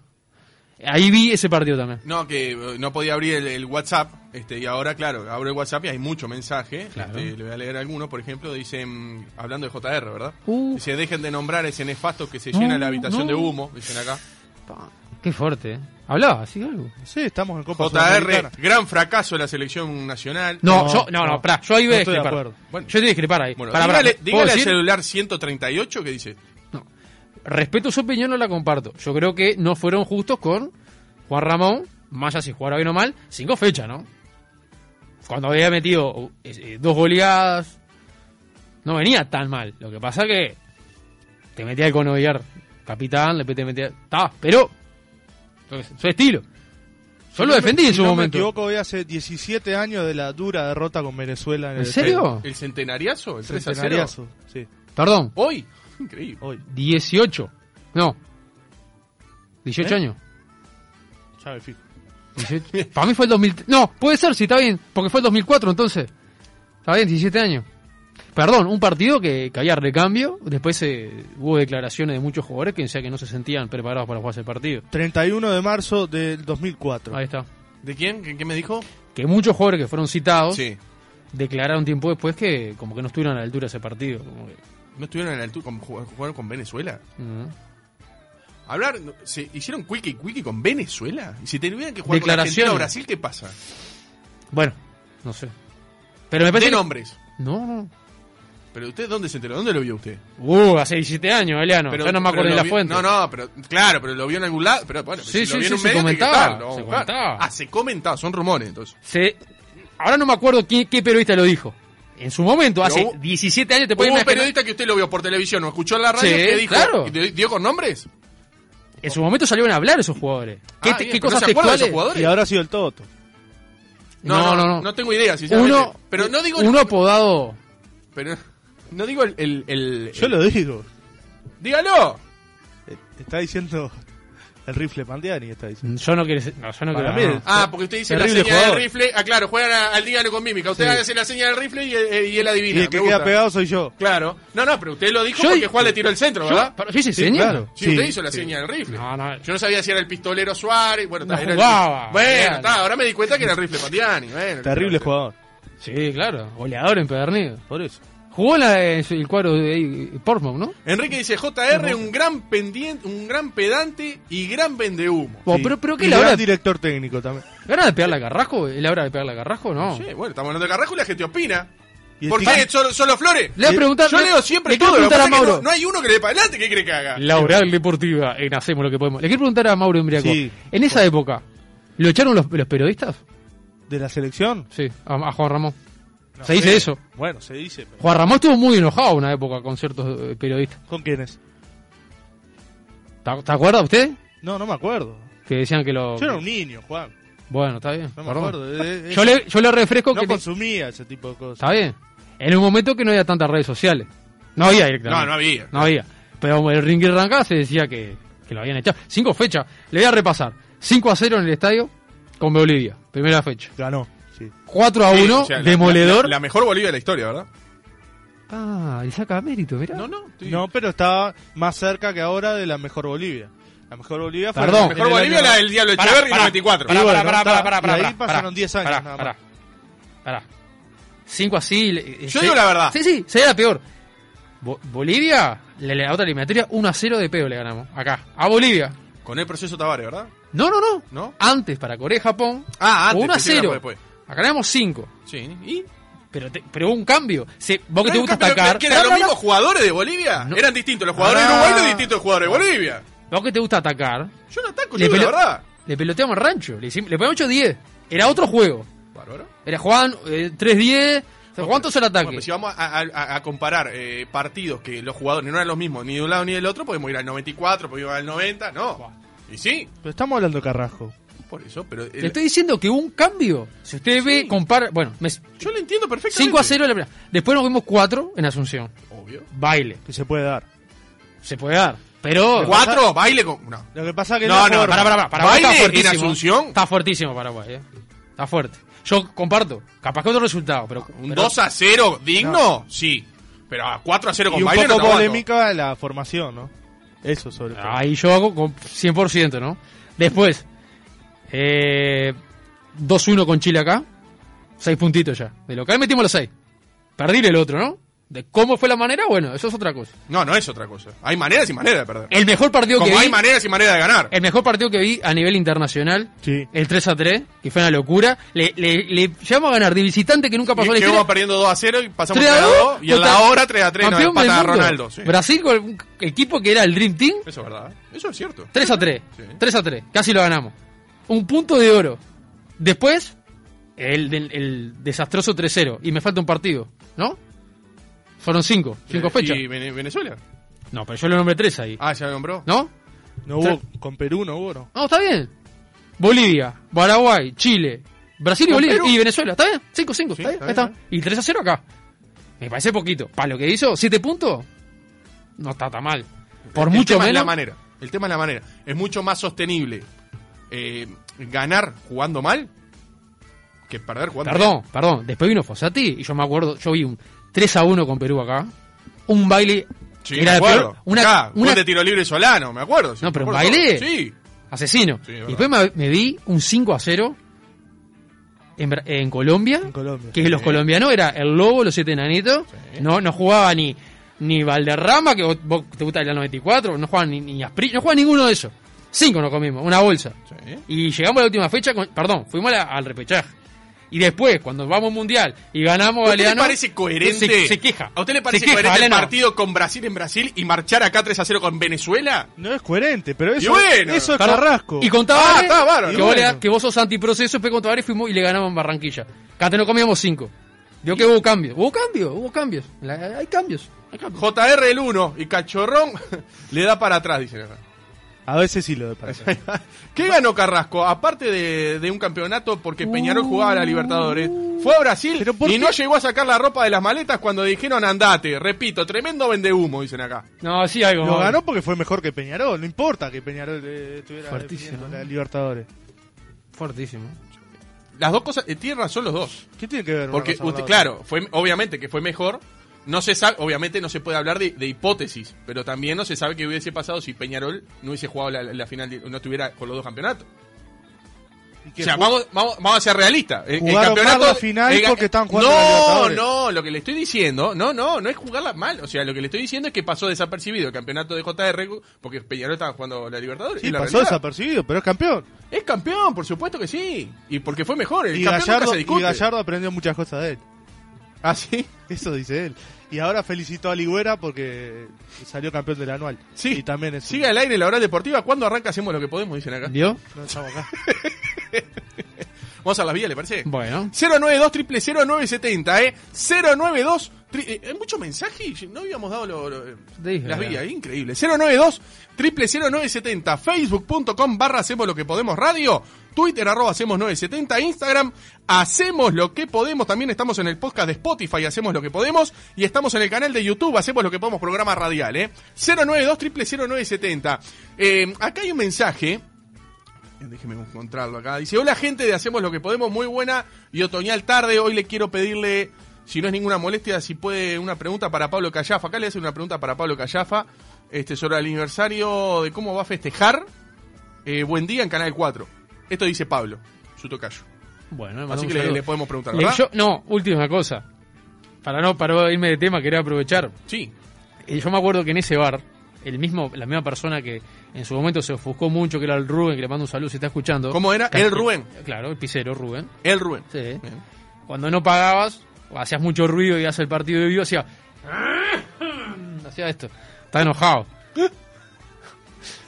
[SPEAKER 1] Ahí vi ese partido también.
[SPEAKER 2] No, que eh, no podía abrir el, el WhatsApp. Este, y ahora, claro, abro el WhatsApp y hay mucho mensaje.
[SPEAKER 1] Claro.
[SPEAKER 2] Este, le voy a leer alguno, por ejemplo, dicen, hablando de JR, ¿verdad?
[SPEAKER 1] Uh.
[SPEAKER 2] Dice, dejen de nombrar ese nefasto que se
[SPEAKER 1] No,
[SPEAKER 2] llena la habitación
[SPEAKER 1] no.
[SPEAKER 2] de humo, dicen acá.
[SPEAKER 1] Qué fuerte, eh. Hablaba, así algo.
[SPEAKER 3] Sí, estamos en Copa
[SPEAKER 2] JR,
[SPEAKER 3] Sudamericana.
[SPEAKER 2] gran fracaso de la selección nacional.
[SPEAKER 1] No,
[SPEAKER 3] No,
[SPEAKER 1] yo, no, no,
[SPEAKER 3] no.
[SPEAKER 1] pará, yo ahí voy
[SPEAKER 3] No
[SPEAKER 1] a
[SPEAKER 3] estoy de
[SPEAKER 1] discrepar.
[SPEAKER 3] acuerdo.
[SPEAKER 2] Bueno.
[SPEAKER 1] Yo te discrepar ahí.
[SPEAKER 2] Bueno,
[SPEAKER 1] Pará, pará,
[SPEAKER 2] dígale,
[SPEAKER 1] ¿puedo
[SPEAKER 2] dígale al
[SPEAKER 1] decir?
[SPEAKER 2] celular 138 que dice.
[SPEAKER 1] Respeto su opinión, no la comparto. Yo creo que no fueron justos con Juan Ramón, más allá si jugara bien o mal, cinco fechas, ¿no? Cuando había metido eh, dos goleadas, no venía tan mal. Lo que pasa que te metía el cono Villar, capitán, después te metía... Está, pero... Su estilo. Yo lo
[SPEAKER 3] Si no me-
[SPEAKER 1] defendí en
[SPEAKER 3] si
[SPEAKER 1] su
[SPEAKER 3] no
[SPEAKER 1] momento.
[SPEAKER 3] me equivoco, hoy hace 17 años de la dura derrota con Venezuela. En,
[SPEAKER 1] ¿En
[SPEAKER 3] el
[SPEAKER 1] serio?
[SPEAKER 2] ¿El centenariazo? ¿El 3 a 0?
[SPEAKER 3] Centenariazo, sí,
[SPEAKER 1] Perdón,
[SPEAKER 2] Hoy. Increíble.
[SPEAKER 3] hoy.
[SPEAKER 1] 18. No. 18
[SPEAKER 3] ¿Eh?
[SPEAKER 1] años.
[SPEAKER 3] Ya me fijo.
[SPEAKER 1] Para mí fue el 2000. No, puede ser, si está bien, porque fue el 2004 entonces. Está bien, 17 años. Perdón, un partido que, que había recambio, después eh, hubo declaraciones de muchos jugadores que decían que no se sentían preparados para jugar ese partido.
[SPEAKER 3] 31 de marzo del 2004.
[SPEAKER 1] Ahí está.
[SPEAKER 2] ¿De quién? ¿Qué, qué me dijo?
[SPEAKER 1] Que muchos jugadores que fueron citados
[SPEAKER 2] Sí.
[SPEAKER 1] declararon tiempo después que como que no estuvieron a la altura de ese partido. como que,
[SPEAKER 2] ¿No estuvieron en la altura? con- jug- ¿Jugaron con Venezuela?
[SPEAKER 1] mm.
[SPEAKER 2] Hablar, ¿se hicieron quickie quickie con Venezuela? Y si tuvieran que jugar con
[SPEAKER 1] Declaraciones.
[SPEAKER 2] Argentina o Brasil, ¿qué pasa?
[SPEAKER 1] Bueno, no sé. Pero me
[SPEAKER 2] De
[SPEAKER 1] parece... que-
[SPEAKER 2] nombres.
[SPEAKER 1] No, no.
[SPEAKER 2] ¿Pero usted dónde se enteró? ¿Dónde lo vio usted?
[SPEAKER 1] Uh, hace 17 años, Eliano.
[SPEAKER 2] pero,
[SPEAKER 1] Ya no me acuerdo
[SPEAKER 2] pero
[SPEAKER 1] de
[SPEAKER 2] lo
[SPEAKER 1] la
[SPEAKER 2] vi-
[SPEAKER 1] fuente.
[SPEAKER 2] No, no, pero claro, pero lo vio en algún lado. Pero bueno,
[SPEAKER 1] Sí,
[SPEAKER 2] si lo vio
[SPEAKER 1] sí,
[SPEAKER 2] en
[SPEAKER 1] sí,
[SPEAKER 2] un
[SPEAKER 1] se
[SPEAKER 2] medio, tiene que
[SPEAKER 1] comentaba,
[SPEAKER 2] estar, lo vamos
[SPEAKER 1] se
[SPEAKER 2] a buscar.
[SPEAKER 1] comentaba.
[SPEAKER 2] Ah, se comentaba, son rumores entonces.
[SPEAKER 1] Se- ahora no me acuerdo quién, qué periodista lo dijo. En su momento,
[SPEAKER 2] Pero
[SPEAKER 1] hace
[SPEAKER 2] hubo-
[SPEAKER 1] 17 años te
[SPEAKER 2] Hubo
[SPEAKER 1] pueden
[SPEAKER 2] un
[SPEAKER 1] imaginar-
[SPEAKER 2] periodista que usted lo vio por televisión o escuchó en la radio
[SPEAKER 1] Sí,
[SPEAKER 2] que dijo.
[SPEAKER 1] claro.
[SPEAKER 2] ¿y te- ¿Dio con nombres?
[SPEAKER 1] En su momento salieron a hablar esos jugadores. ¿Qué,
[SPEAKER 2] Ah,
[SPEAKER 1] te-
[SPEAKER 2] bien,
[SPEAKER 1] qué
[SPEAKER 2] pero
[SPEAKER 1] cosas
[SPEAKER 2] ¿se acuerda de
[SPEAKER 1] textuales?
[SPEAKER 2] esos jugadores?
[SPEAKER 3] Y ahora ha sido el Toto.
[SPEAKER 1] No, no, no.
[SPEAKER 2] tengo idea, sinceramente.
[SPEAKER 1] uno,
[SPEAKER 2] pero no digo.
[SPEAKER 1] uno apodado.
[SPEAKER 2] pero no digo el. el- el-
[SPEAKER 3] Yo
[SPEAKER 2] el-
[SPEAKER 3] lo digo.
[SPEAKER 2] ¡Dígalo!
[SPEAKER 3] Eh, Está diciendo el rifle Pandiani. Está diciendo.
[SPEAKER 1] Yo no quiero. ser- No, yo no
[SPEAKER 3] Para
[SPEAKER 1] quiero.
[SPEAKER 3] mí
[SPEAKER 1] no.
[SPEAKER 3] es-
[SPEAKER 2] Ah, porque usted dice la
[SPEAKER 3] Terrible
[SPEAKER 2] señal del
[SPEAKER 3] jugador.
[SPEAKER 2] rifle. Ah, claro, juegan a- al dígalo con mímica. Usted hace la señal del rifle y, eh, y él
[SPEAKER 3] Y
[SPEAKER 2] adivina.
[SPEAKER 3] el que
[SPEAKER 2] me
[SPEAKER 3] queda
[SPEAKER 2] gusta.
[SPEAKER 3] pegado soy yo.
[SPEAKER 2] Claro. No, no, pero usted lo dijo
[SPEAKER 1] Yo-
[SPEAKER 2] porque Juan le tiró el centro,
[SPEAKER 1] Yo-
[SPEAKER 2] Ah, ¿verdad?
[SPEAKER 1] pero sí, sí,
[SPEAKER 3] Sí,
[SPEAKER 1] señor.
[SPEAKER 3] claro.
[SPEAKER 2] Sí,
[SPEAKER 3] Sí,
[SPEAKER 2] usted hizo la
[SPEAKER 3] sí.
[SPEAKER 2] señal del rifle.
[SPEAKER 1] No, no.
[SPEAKER 2] Yo no sabía si era el pistolero Suárez. Bueno,
[SPEAKER 1] No
[SPEAKER 2] está, era el-
[SPEAKER 1] jugaba.
[SPEAKER 2] bueno,
[SPEAKER 1] Claro.
[SPEAKER 2] está, ahora me di cuenta que era el rifle Pandiani. Bueno,
[SPEAKER 3] Terrible
[SPEAKER 2] claro.
[SPEAKER 3] jugador.
[SPEAKER 1] Sí, claro. Goleador empedernido.
[SPEAKER 3] Por eso.
[SPEAKER 1] Jugó en la- en el cuadro de ahí, Portsmouth, ¿no?
[SPEAKER 2] Enrique dice: JR, un gran pendiente, un gran pedante y gran vendehumo.
[SPEAKER 1] Bueno,
[SPEAKER 3] Sí.
[SPEAKER 1] pero, pero ¿qué
[SPEAKER 3] Y
[SPEAKER 1] la
[SPEAKER 3] gran
[SPEAKER 1] hora?
[SPEAKER 3] director técnico también.
[SPEAKER 1] ¿Gana de pegarle a Carrasco? ¿Es la hora de pegarle a Carrasco? No.
[SPEAKER 2] Sí, bueno, estamos hablando de Carrasco y la gente opina.
[SPEAKER 3] Y el
[SPEAKER 2] ¿Por
[SPEAKER 3] tipo-
[SPEAKER 2] qué solo, solo flores?
[SPEAKER 1] Le voy a preguntar.
[SPEAKER 2] Yo
[SPEAKER 1] le-
[SPEAKER 2] leo siempre
[SPEAKER 1] le quiero
[SPEAKER 2] todo. lo que
[SPEAKER 1] preguntar a
[SPEAKER 2] pasa es que
[SPEAKER 1] Mauro.
[SPEAKER 2] No, no hay uno que le dé para adelante que cree que haga.
[SPEAKER 1] Laboral Deportiva, en Hacemos lo que podemos. Le quiero preguntar a Mauro Embriaco.
[SPEAKER 3] Sí.
[SPEAKER 1] En esa época, ¿lo echaron los, los periodistas?
[SPEAKER 3] ¿De la selección?
[SPEAKER 1] Sí, a, a Juan Ramón.
[SPEAKER 3] No
[SPEAKER 1] se dice
[SPEAKER 3] sé.
[SPEAKER 1] eso.
[SPEAKER 3] Bueno, se dice. pero-
[SPEAKER 1] Juan Ramón estuvo muy enojado una época con ciertos eh, periodistas.
[SPEAKER 3] ¿Con quiénes?
[SPEAKER 1] ¿Te, te acuerdas usted?
[SPEAKER 3] No, no me acuerdo.
[SPEAKER 1] Que decían que lo...
[SPEAKER 3] Yo era un niño, Juan.
[SPEAKER 1] Bueno, está bien.
[SPEAKER 3] No me
[SPEAKER 1] perdón.
[SPEAKER 3] acuerdo. eh, eh,
[SPEAKER 1] Yo, le, yo le refresco
[SPEAKER 3] no
[SPEAKER 1] que... te-
[SPEAKER 3] consumía ese tipo de cosas.
[SPEAKER 1] Está bien. En un momento que no había tantas redes sociales. No había directamente.
[SPEAKER 2] No, no había.
[SPEAKER 1] No había. Pero el Ringue Ranca se decía que, que lo habían echado. Cinco fechas. Le voy a repasar. 5 a 0 en el estadio con Bolivia. Primera fecha.
[SPEAKER 3] Ganó. Sí.
[SPEAKER 1] 4 a 1,
[SPEAKER 2] Sí, o sea, la-
[SPEAKER 1] demoledor.
[SPEAKER 2] La, la mejor Bolivia de la historia, ¿verdad?
[SPEAKER 1] Ah, y saca mérito, mirá.
[SPEAKER 2] No, no. estoy-
[SPEAKER 3] No, pero estaba más cerca que ahora de la mejor Bolivia. La mejor Bolivia fue
[SPEAKER 1] Perdón.
[SPEAKER 2] La mejor Bolivia era el Diablo
[SPEAKER 1] Pará,
[SPEAKER 2] Echeverri
[SPEAKER 1] pará,
[SPEAKER 2] 94.
[SPEAKER 1] pará,
[SPEAKER 3] Y
[SPEAKER 1] pará,
[SPEAKER 3] bueno,
[SPEAKER 1] pará,
[SPEAKER 3] está-
[SPEAKER 1] pará, pará,
[SPEAKER 3] y
[SPEAKER 1] pará,
[SPEAKER 3] ahí
[SPEAKER 1] pará,
[SPEAKER 3] pasaron
[SPEAKER 1] pará,
[SPEAKER 3] 10 años
[SPEAKER 1] Pará,
[SPEAKER 3] nada más.
[SPEAKER 1] pará. Pará. 5 así. le- eh,
[SPEAKER 2] Yo
[SPEAKER 1] se-
[SPEAKER 2] digo la verdad.
[SPEAKER 1] Sí, sí, sería la peor. Bo- Bolivia, la, la otra eliminatoria, 1 a 0 de pedo le ganamos. Acá, a Bolivia.
[SPEAKER 2] Con el proceso Tavares, ¿verdad?
[SPEAKER 1] No, no, no.
[SPEAKER 2] ¿No?
[SPEAKER 1] Antes, para Corea y Japón.
[SPEAKER 2] Ah, antes,
[SPEAKER 1] 1 a
[SPEAKER 2] pensé que era
[SPEAKER 1] 0.
[SPEAKER 2] después.
[SPEAKER 1] Acá ganamos 5.
[SPEAKER 2] Sí. ¿Y?
[SPEAKER 1] Pero, te- pero hubo un cambio. Se, vos que te gusta
[SPEAKER 2] Pero,
[SPEAKER 1] atacar.
[SPEAKER 2] ¿Que eran
[SPEAKER 1] Pará,
[SPEAKER 2] los
[SPEAKER 1] pará,
[SPEAKER 2] mismos jugadores de Bolivia?
[SPEAKER 1] No.
[SPEAKER 2] Eran distintos. Los jugadores
[SPEAKER 3] Ah.
[SPEAKER 2] de Uruguay no eran distintos de los jugadores de Bolivia.
[SPEAKER 1] pará. Vos que te gusta atacar.
[SPEAKER 2] Yo no ataco,
[SPEAKER 1] Le
[SPEAKER 2] yo digo la
[SPEAKER 1] pelo-
[SPEAKER 2] verdad.
[SPEAKER 1] Le peloteamos al rancho. Le, hicimos- le ponemos 8-10. Era otro juego.
[SPEAKER 2] Bárbaro.
[SPEAKER 1] Era Juan, eh, 3-10. ¿Cuántos el ataque?
[SPEAKER 2] Bueno, pues si vamos a, a- a- a comparar eh, partidos que los jugadores no eran los mismos ni de un lado ni del otro, podemos ir al 94, podemos ir al 90, no. Y sí,
[SPEAKER 3] Pero estamos hablando de Carrasco.
[SPEAKER 2] por eso, pero el-
[SPEAKER 1] Te estoy diciendo que hubo un cambio. Si usted ve, compara. Bueno, me-
[SPEAKER 2] yo lo entiendo perfectamente.
[SPEAKER 1] 5 a 0 la primera. Después nos vimos 4 en Asunción.
[SPEAKER 2] Obvio.
[SPEAKER 1] Baile.
[SPEAKER 3] Que se puede dar.
[SPEAKER 1] Se puede dar. Pero.
[SPEAKER 2] ¿Cuatro? Baile con... No.
[SPEAKER 3] Lo que pasa que
[SPEAKER 2] No,
[SPEAKER 3] la
[SPEAKER 2] no,
[SPEAKER 3] forma-
[SPEAKER 1] Pará, pará, pará. Paraguay
[SPEAKER 2] Baile
[SPEAKER 1] está
[SPEAKER 2] en
[SPEAKER 1] fuertísimo.
[SPEAKER 2] Asunción.
[SPEAKER 1] Está fuertísimo Paraguay. eh. Está fuerte. Yo comparto. Capaz que otro resultado. pero
[SPEAKER 2] ¿Un
[SPEAKER 1] pero-
[SPEAKER 2] 2 a 0 digno? Sí. Pero a 4 a 0 con
[SPEAKER 3] y un
[SPEAKER 2] baile
[SPEAKER 3] poco
[SPEAKER 2] no aguanto.
[SPEAKER 3] polémica la formación, ¿no? Eso sobre todo.
[SPEAKER 1] Ahí yo hago con 100%, ¿no? Después, eh, 2-1 con Chile acá. 6 puntitos ya. De local metimos los 6. Perdí el otro, ¿no? De cómo fue la manera, bueno, eso es otra cosa.
[SPEAKER 2] No, no es otra cosa. Hay maneras y maneras de perder.
[SPEAKER 1] El mejor partido
[SPEAKER 2] Como
[SPEAKER 1] Eh, que Eh,
[SPEAKER 2] hay
[SPEAKER 1] vi,
[SPEAKER 2] maneras y maneras de ganar.
[SPEAKER 1] el mejor partido que vi a nivel internacional,
[SPEAKER 3] Sí.
[SPEAKER 1] el 3 a 3, que fue una locura, le, le, le llegamos a ganar de visitante que nunca
[SPEAKER 2] Y
[SPEAKER 1] pasó en la
[SPEAKER 2] llegamos
[SPEAKER 1] historia.
[SPEAKER 2] perdiendo 2 a 0 y pasamos
[SPEAKER 1] 3 a 2,
[SPEAKER 2] y en la
[SPEAKER 1] total,
[SPEAKER 2] hora 3 a 3 no
[SPEAKER 1] campeón del
[SPEAKER 2] empata a
[SPEAKER 1] mundo.
[SPEAKER 2] Ronaldo. Sí.
[SPEAKER 1] Brasil con un equipo que era el Dream Team,
[SPEAKER 2] Eso es verdad. ¿eh? Eso es cierto.
[SPEAKER 1] 3 a 3.
[SPEAKER 2] Sí.
[SPEAKER 1] 3 a 3. Casi lo ganamos. Un punto de oro. Después, el, del- el desastroso 3-0. Y me falta un partido, ¿no? Fueron 5. 5
[SPEAKER 2] Eh,
[SPEAKER 1] fechas.
[SPEAKER 2] ¿Y Vene- Venezuela?
[SPEAKER 1] No, pero yo lo nombré 3 ahí.
[SPEAKER 2] Ah, ya lo nombró.
[SPEAKER 1] ¿No?
[SPEAKER 3] No hubo, con Perú no hubo, ¿no?
[SPEAKER 1] No, está bien. Bolivia, Paraguay, Chile, Brasil y
[SPEAKER 2] Con
[SPEAKER 1] Bolivia
[SPEAKER 2] Perú.
[SPEAKER 1] y Venezuela. Está bien. 5-5.
[SPEAKER 2] Sí,
[SPEAKER 1] está bien.
[SPEAKER 2] está
[SPEAKER 1] ahí está.
[SPEAKER 2] bien,
[SPEAKER 1] Y 3 a 0 acá. Me parece poquito. Para lo que hizo, 7 puntos. No está tan mal. Por
[SPEAKER 2] El
[SPEAKER 1] mucho
[SPEAKER 2] tema es la
[SPEAKER 1] menos.
[SPEAKER 2] manera. El tema es la manera. Es mucho más sostenible eh, ganar jugando mal que perder jugando
[SPEAKER 1] Perdón, perdón. Después vino Fossati y yo me acuerdo, yo vi un 3 a 1 con Perú acá. Un baile.
[SPEAKER 2] bien. Sí,
[SPEAKER 1] que
[SPEAKER 2] me
[SPEAKER 1] el
[SPEAKER 2] acuerdo.
[SPEAKER 1] peor- una,
[SPEAKER 2] Acá, gol
[SPEAKER 1] una-
[SPEAKER 2] de tiro libre Solano, me acuerdo. sí,
[SPEAKER 1] No,
[SPEAKER 2] me
[SPEAKER 1] pero
[SPEAKER 2] acuerdo
[SPEAKER 1] baile.
[SPEAKER 2] todo. Sí.
[SPEAKER 1] asesino.
[SPEAKER 2] Sí, es
[SPEAKER 1] y
[SPEAKER 2] verdad.
[SPEAKER 1] después me, me vi un 5 a 0 en, Bra- en Colombia.
[SPEAKER 3] En Colombia.
[SPEAKER 1] Que los colombianos era el lobo, los siete enanitos.
[SPEAKER 2] Sí.
[SPEAKER 1] No, no jugaba ni, ni Valderrama, que vos, vos te gusta el 94. No jugaba ni, ni Aspri, no jugaba ninguno de esos. Cinco nos comimos, una bolsa.
[SPEAKER 2] Sí.
[SPEAKER 1] Y llegamos a la última fecha, con- perdón, fuimos a la- al repechaje. Y después, cuando vamos al mundial y ganamos
[SPEAKER 2] ¿A usted le
[SPEAKER 1] Galeano.
[SPEAKER 2] parece coherente?
[SPEAKER 1] Se, se queja.
[SPEAKER 2] ¿A usted le
[SPEAKER 1] Se
[SPEAKER 2] parece
[SPEAKER 1] queja,
[SPEAKER 2] coherente el
[SPEAKER 1] Galeano.
[SPEAKER 2] partido con Brasil en Brasil y marchar acá 3 a 0 con Venezuela?
[SPEAKER 3] No es coherente, pero
[SPEAKER 2] Y
[SPEAKER 3] eso,
[SPEAKER 2] bueno.
[SPEAKER 3] eso es
[SPEAKER 1] Perdón.
[SPEAKER 3] Carrasco.
[SPEAKER 1] Y contaba
[SPEAKER 2] Ah, está, bárbaro.
[SPEAKER 1] que,
[SPEAKER 2] Y
[SPEAKER 1] vos
[SPEAKER 3] bueno.
[SPEAKER 1] le- que vos sos antiproceso, después con Tavares fuimos y le ganamos en Barranquilla. Cate no comíamos cinco. Vio que hubo cambios. Hubo cambios, hubo cambios. La- hay cambios. Hay cambios.
[SPEAKER 2] JR el 1 y Cachorrón le da para atrás, dicen acá.
[SPEAKER 3] A veces sí lo de Carrasco.
[SPEAKER 2] ¿Qué ganó Carrasco? Aparte de, de un campeonato porque Peñarol jugaba a la Libertadores. Fue a Brasil
[SPEAKER 3] Pero ¿por
[SPEAKER 2] y
[SPEAKER 3] qué?
[SPEAKER 2] no llegó a sacar la ropa de las maletas cuando dijeron andate. Repito, tremendo vende humo, dicen acá.
[SPEAKER 1] No, sí, algo.
[SPEAKER 3] Lo
[SPEAKER 1] más.
[SPEAKER 3] ganó porque fue mejor que Peñarol. No importa que Peñarol eh, estuviera
[SPEAKER 1] Fuertísimo.
[SPEAKER 3] definiendo la Libertadores.
[SPEAKER 1] Fuertísimo.
[SPEAKER 2] Las dos cosas, eh, tienen razón los dos.
[SPEAKER 3] ¿Qué tiene que ver? una
[SPEAKER 2] Porque,
[SPEAKER 3] cosa con la
[SPEAKER 2] usted-
[SPEAKER 3] otra?
[SPEAKER 2] claro, fue obviamente que fue mejor. No se sabe, obviamente no se puede hablar de, de hipótesis, pero también no se sabe qué hubiese pasado si Peñarol no hubiese jugado la, la final, de- no estuviera con los dos campeonatos.
[SPEAKER 3] Y
[SPEAKER 2] O
[SPEAKER 3] que
[SPEAKER 2] sea,
[SPEAKER 3] ju-
[SPEAKER 2] vamos, vamos, vamos a ser realistas. El, el
[SPEAKER 3] Jugaron
[SPEAKER 2] campeonato
[SPEAKER 3] mal la final
[SPEAKER 2] el ga-
[SPEAKER 3] porque estaban jugando la
[SPEAKER 2] No,
[SPEAKER 3] Libertadores.
[SPEAKER 2] no, lo que le estoy diciendo, no, no, no es jugarla mal. O sea, lo que le estoy diciendo es que pasó desapercibido el campeonato de JR porque Peñarol estaba jugando la Libertadores.
[SPEAKER 3] Sí,
[SPEAKER 2] Es la
[SPEAKER 3] pasó
[SPEAKER 2] realidad.
[SPEAKER 3] desapercibido, pero es campeón.
[SPEAKER 2] Es campeón, por supuesto que sí. Y porque fue mejor. El
[SPEAKER 3] Y
[SPEAKER 2] campeón nunca
[SPEAKER 3] Gallardo,
[SPEAKER 2] se
[SPEAKER 3] y
[SPEAKER 2] discute.
[SPEAKER 3] Gallardo aprendió muchas cosas de él.
[SPEAKER 2] Ah, sí.
[SPEAKER 3] Eso dice él. Y ahora felicitó a Ligüera porque salió campeón del anual.
[SPEAKER 2] Sí.
[SPEAKER 3] Y también es.
[SPEAKER 2] Sigue al aire la hora deportiva. ¿Cuándo arranca? Hacemos lo que podemos, dicen acá.
[SPEAKER 1] ¿Vio?
[SPEAKER 3] No estamos acá.
[SPEAKER 2] Vamos a las vías, ¿le parece?
[SPEAKER 1] Bueno.
[SPEAKER 2] 092 triple 0970, ¿eh? 092 tri- eh, ¿Hay mucho mensaje? No habíamos dado lo- lo- eh,
[SPEAKER 1] Te dije,
[SPEAKER 2] las
[SPEAKER 1] ¿verdad?
[SPEAKER 2] vías, increíble. 092 triple 0970, facebook.com barra hacemos lo que podemos radio, twitter arroba hacemos 970, instagram hacemos lo que podemos, también estamos en el podcast de Spotify, hacemos lo que podemos, y estamos en el canal de YouTube, hacemos lo que podemos, programa radial, ¿eh? 092 triple 0970. Eh, acá hay un mensaje. Eh, Déjeme encontrarlo acá. Dice, hola gente de Hacemos lo que podemos, muy buena y otoñal tarde. Hoy le quiero pedirle, si no es ninguna molestia, si puede una pregunta para Pablo Callafa. Acá le hace una pregunta para Pablo Callafa este, sobre el aniversario de cómo va a festejar eh, Buen Día en Canal 4. Esto dice Pablo, su tocayo.
[SPEAKER 1] Bueno, le mando
[SPEAKER 2] Así
[SPEAKER 1] un
[SPEAKER 2] que le,
[SPEAKER 1] saludo.
[SPEAKER 2] le podemos preguntar,
[SPEAKER 1] Le-
[SPEAKER 2] ¿verdad?
[SPEAKER 1] yo- no, última cosa. Para no para irme de tema, quería aprovechar.
[SPEAKER 2] Sí.
[SPEAKER 1] Eh, yo me acuerdo que en ese bar, el mismo, la misma persona que en su momento se ofuscó mucho, que era el Rubén, que le mando un saludo si está escuchando.
[SPEAKER 2] ¿Cómo era?
[SPEAKER 1] Casi-
[SPEAKER 2] El Rubén.
[SPEAKER 1] Claro, el pisero Rubén.
[SPEAKER 2] El Rubén.
[SPEAKER 1] Sí.
[SPEAKER 2] Bien.
[SPEAKER 1] Cuando no pagabas, o hacías mucho ruido y hacías el partido de vivo, hacía. hacía esto. Está enojado.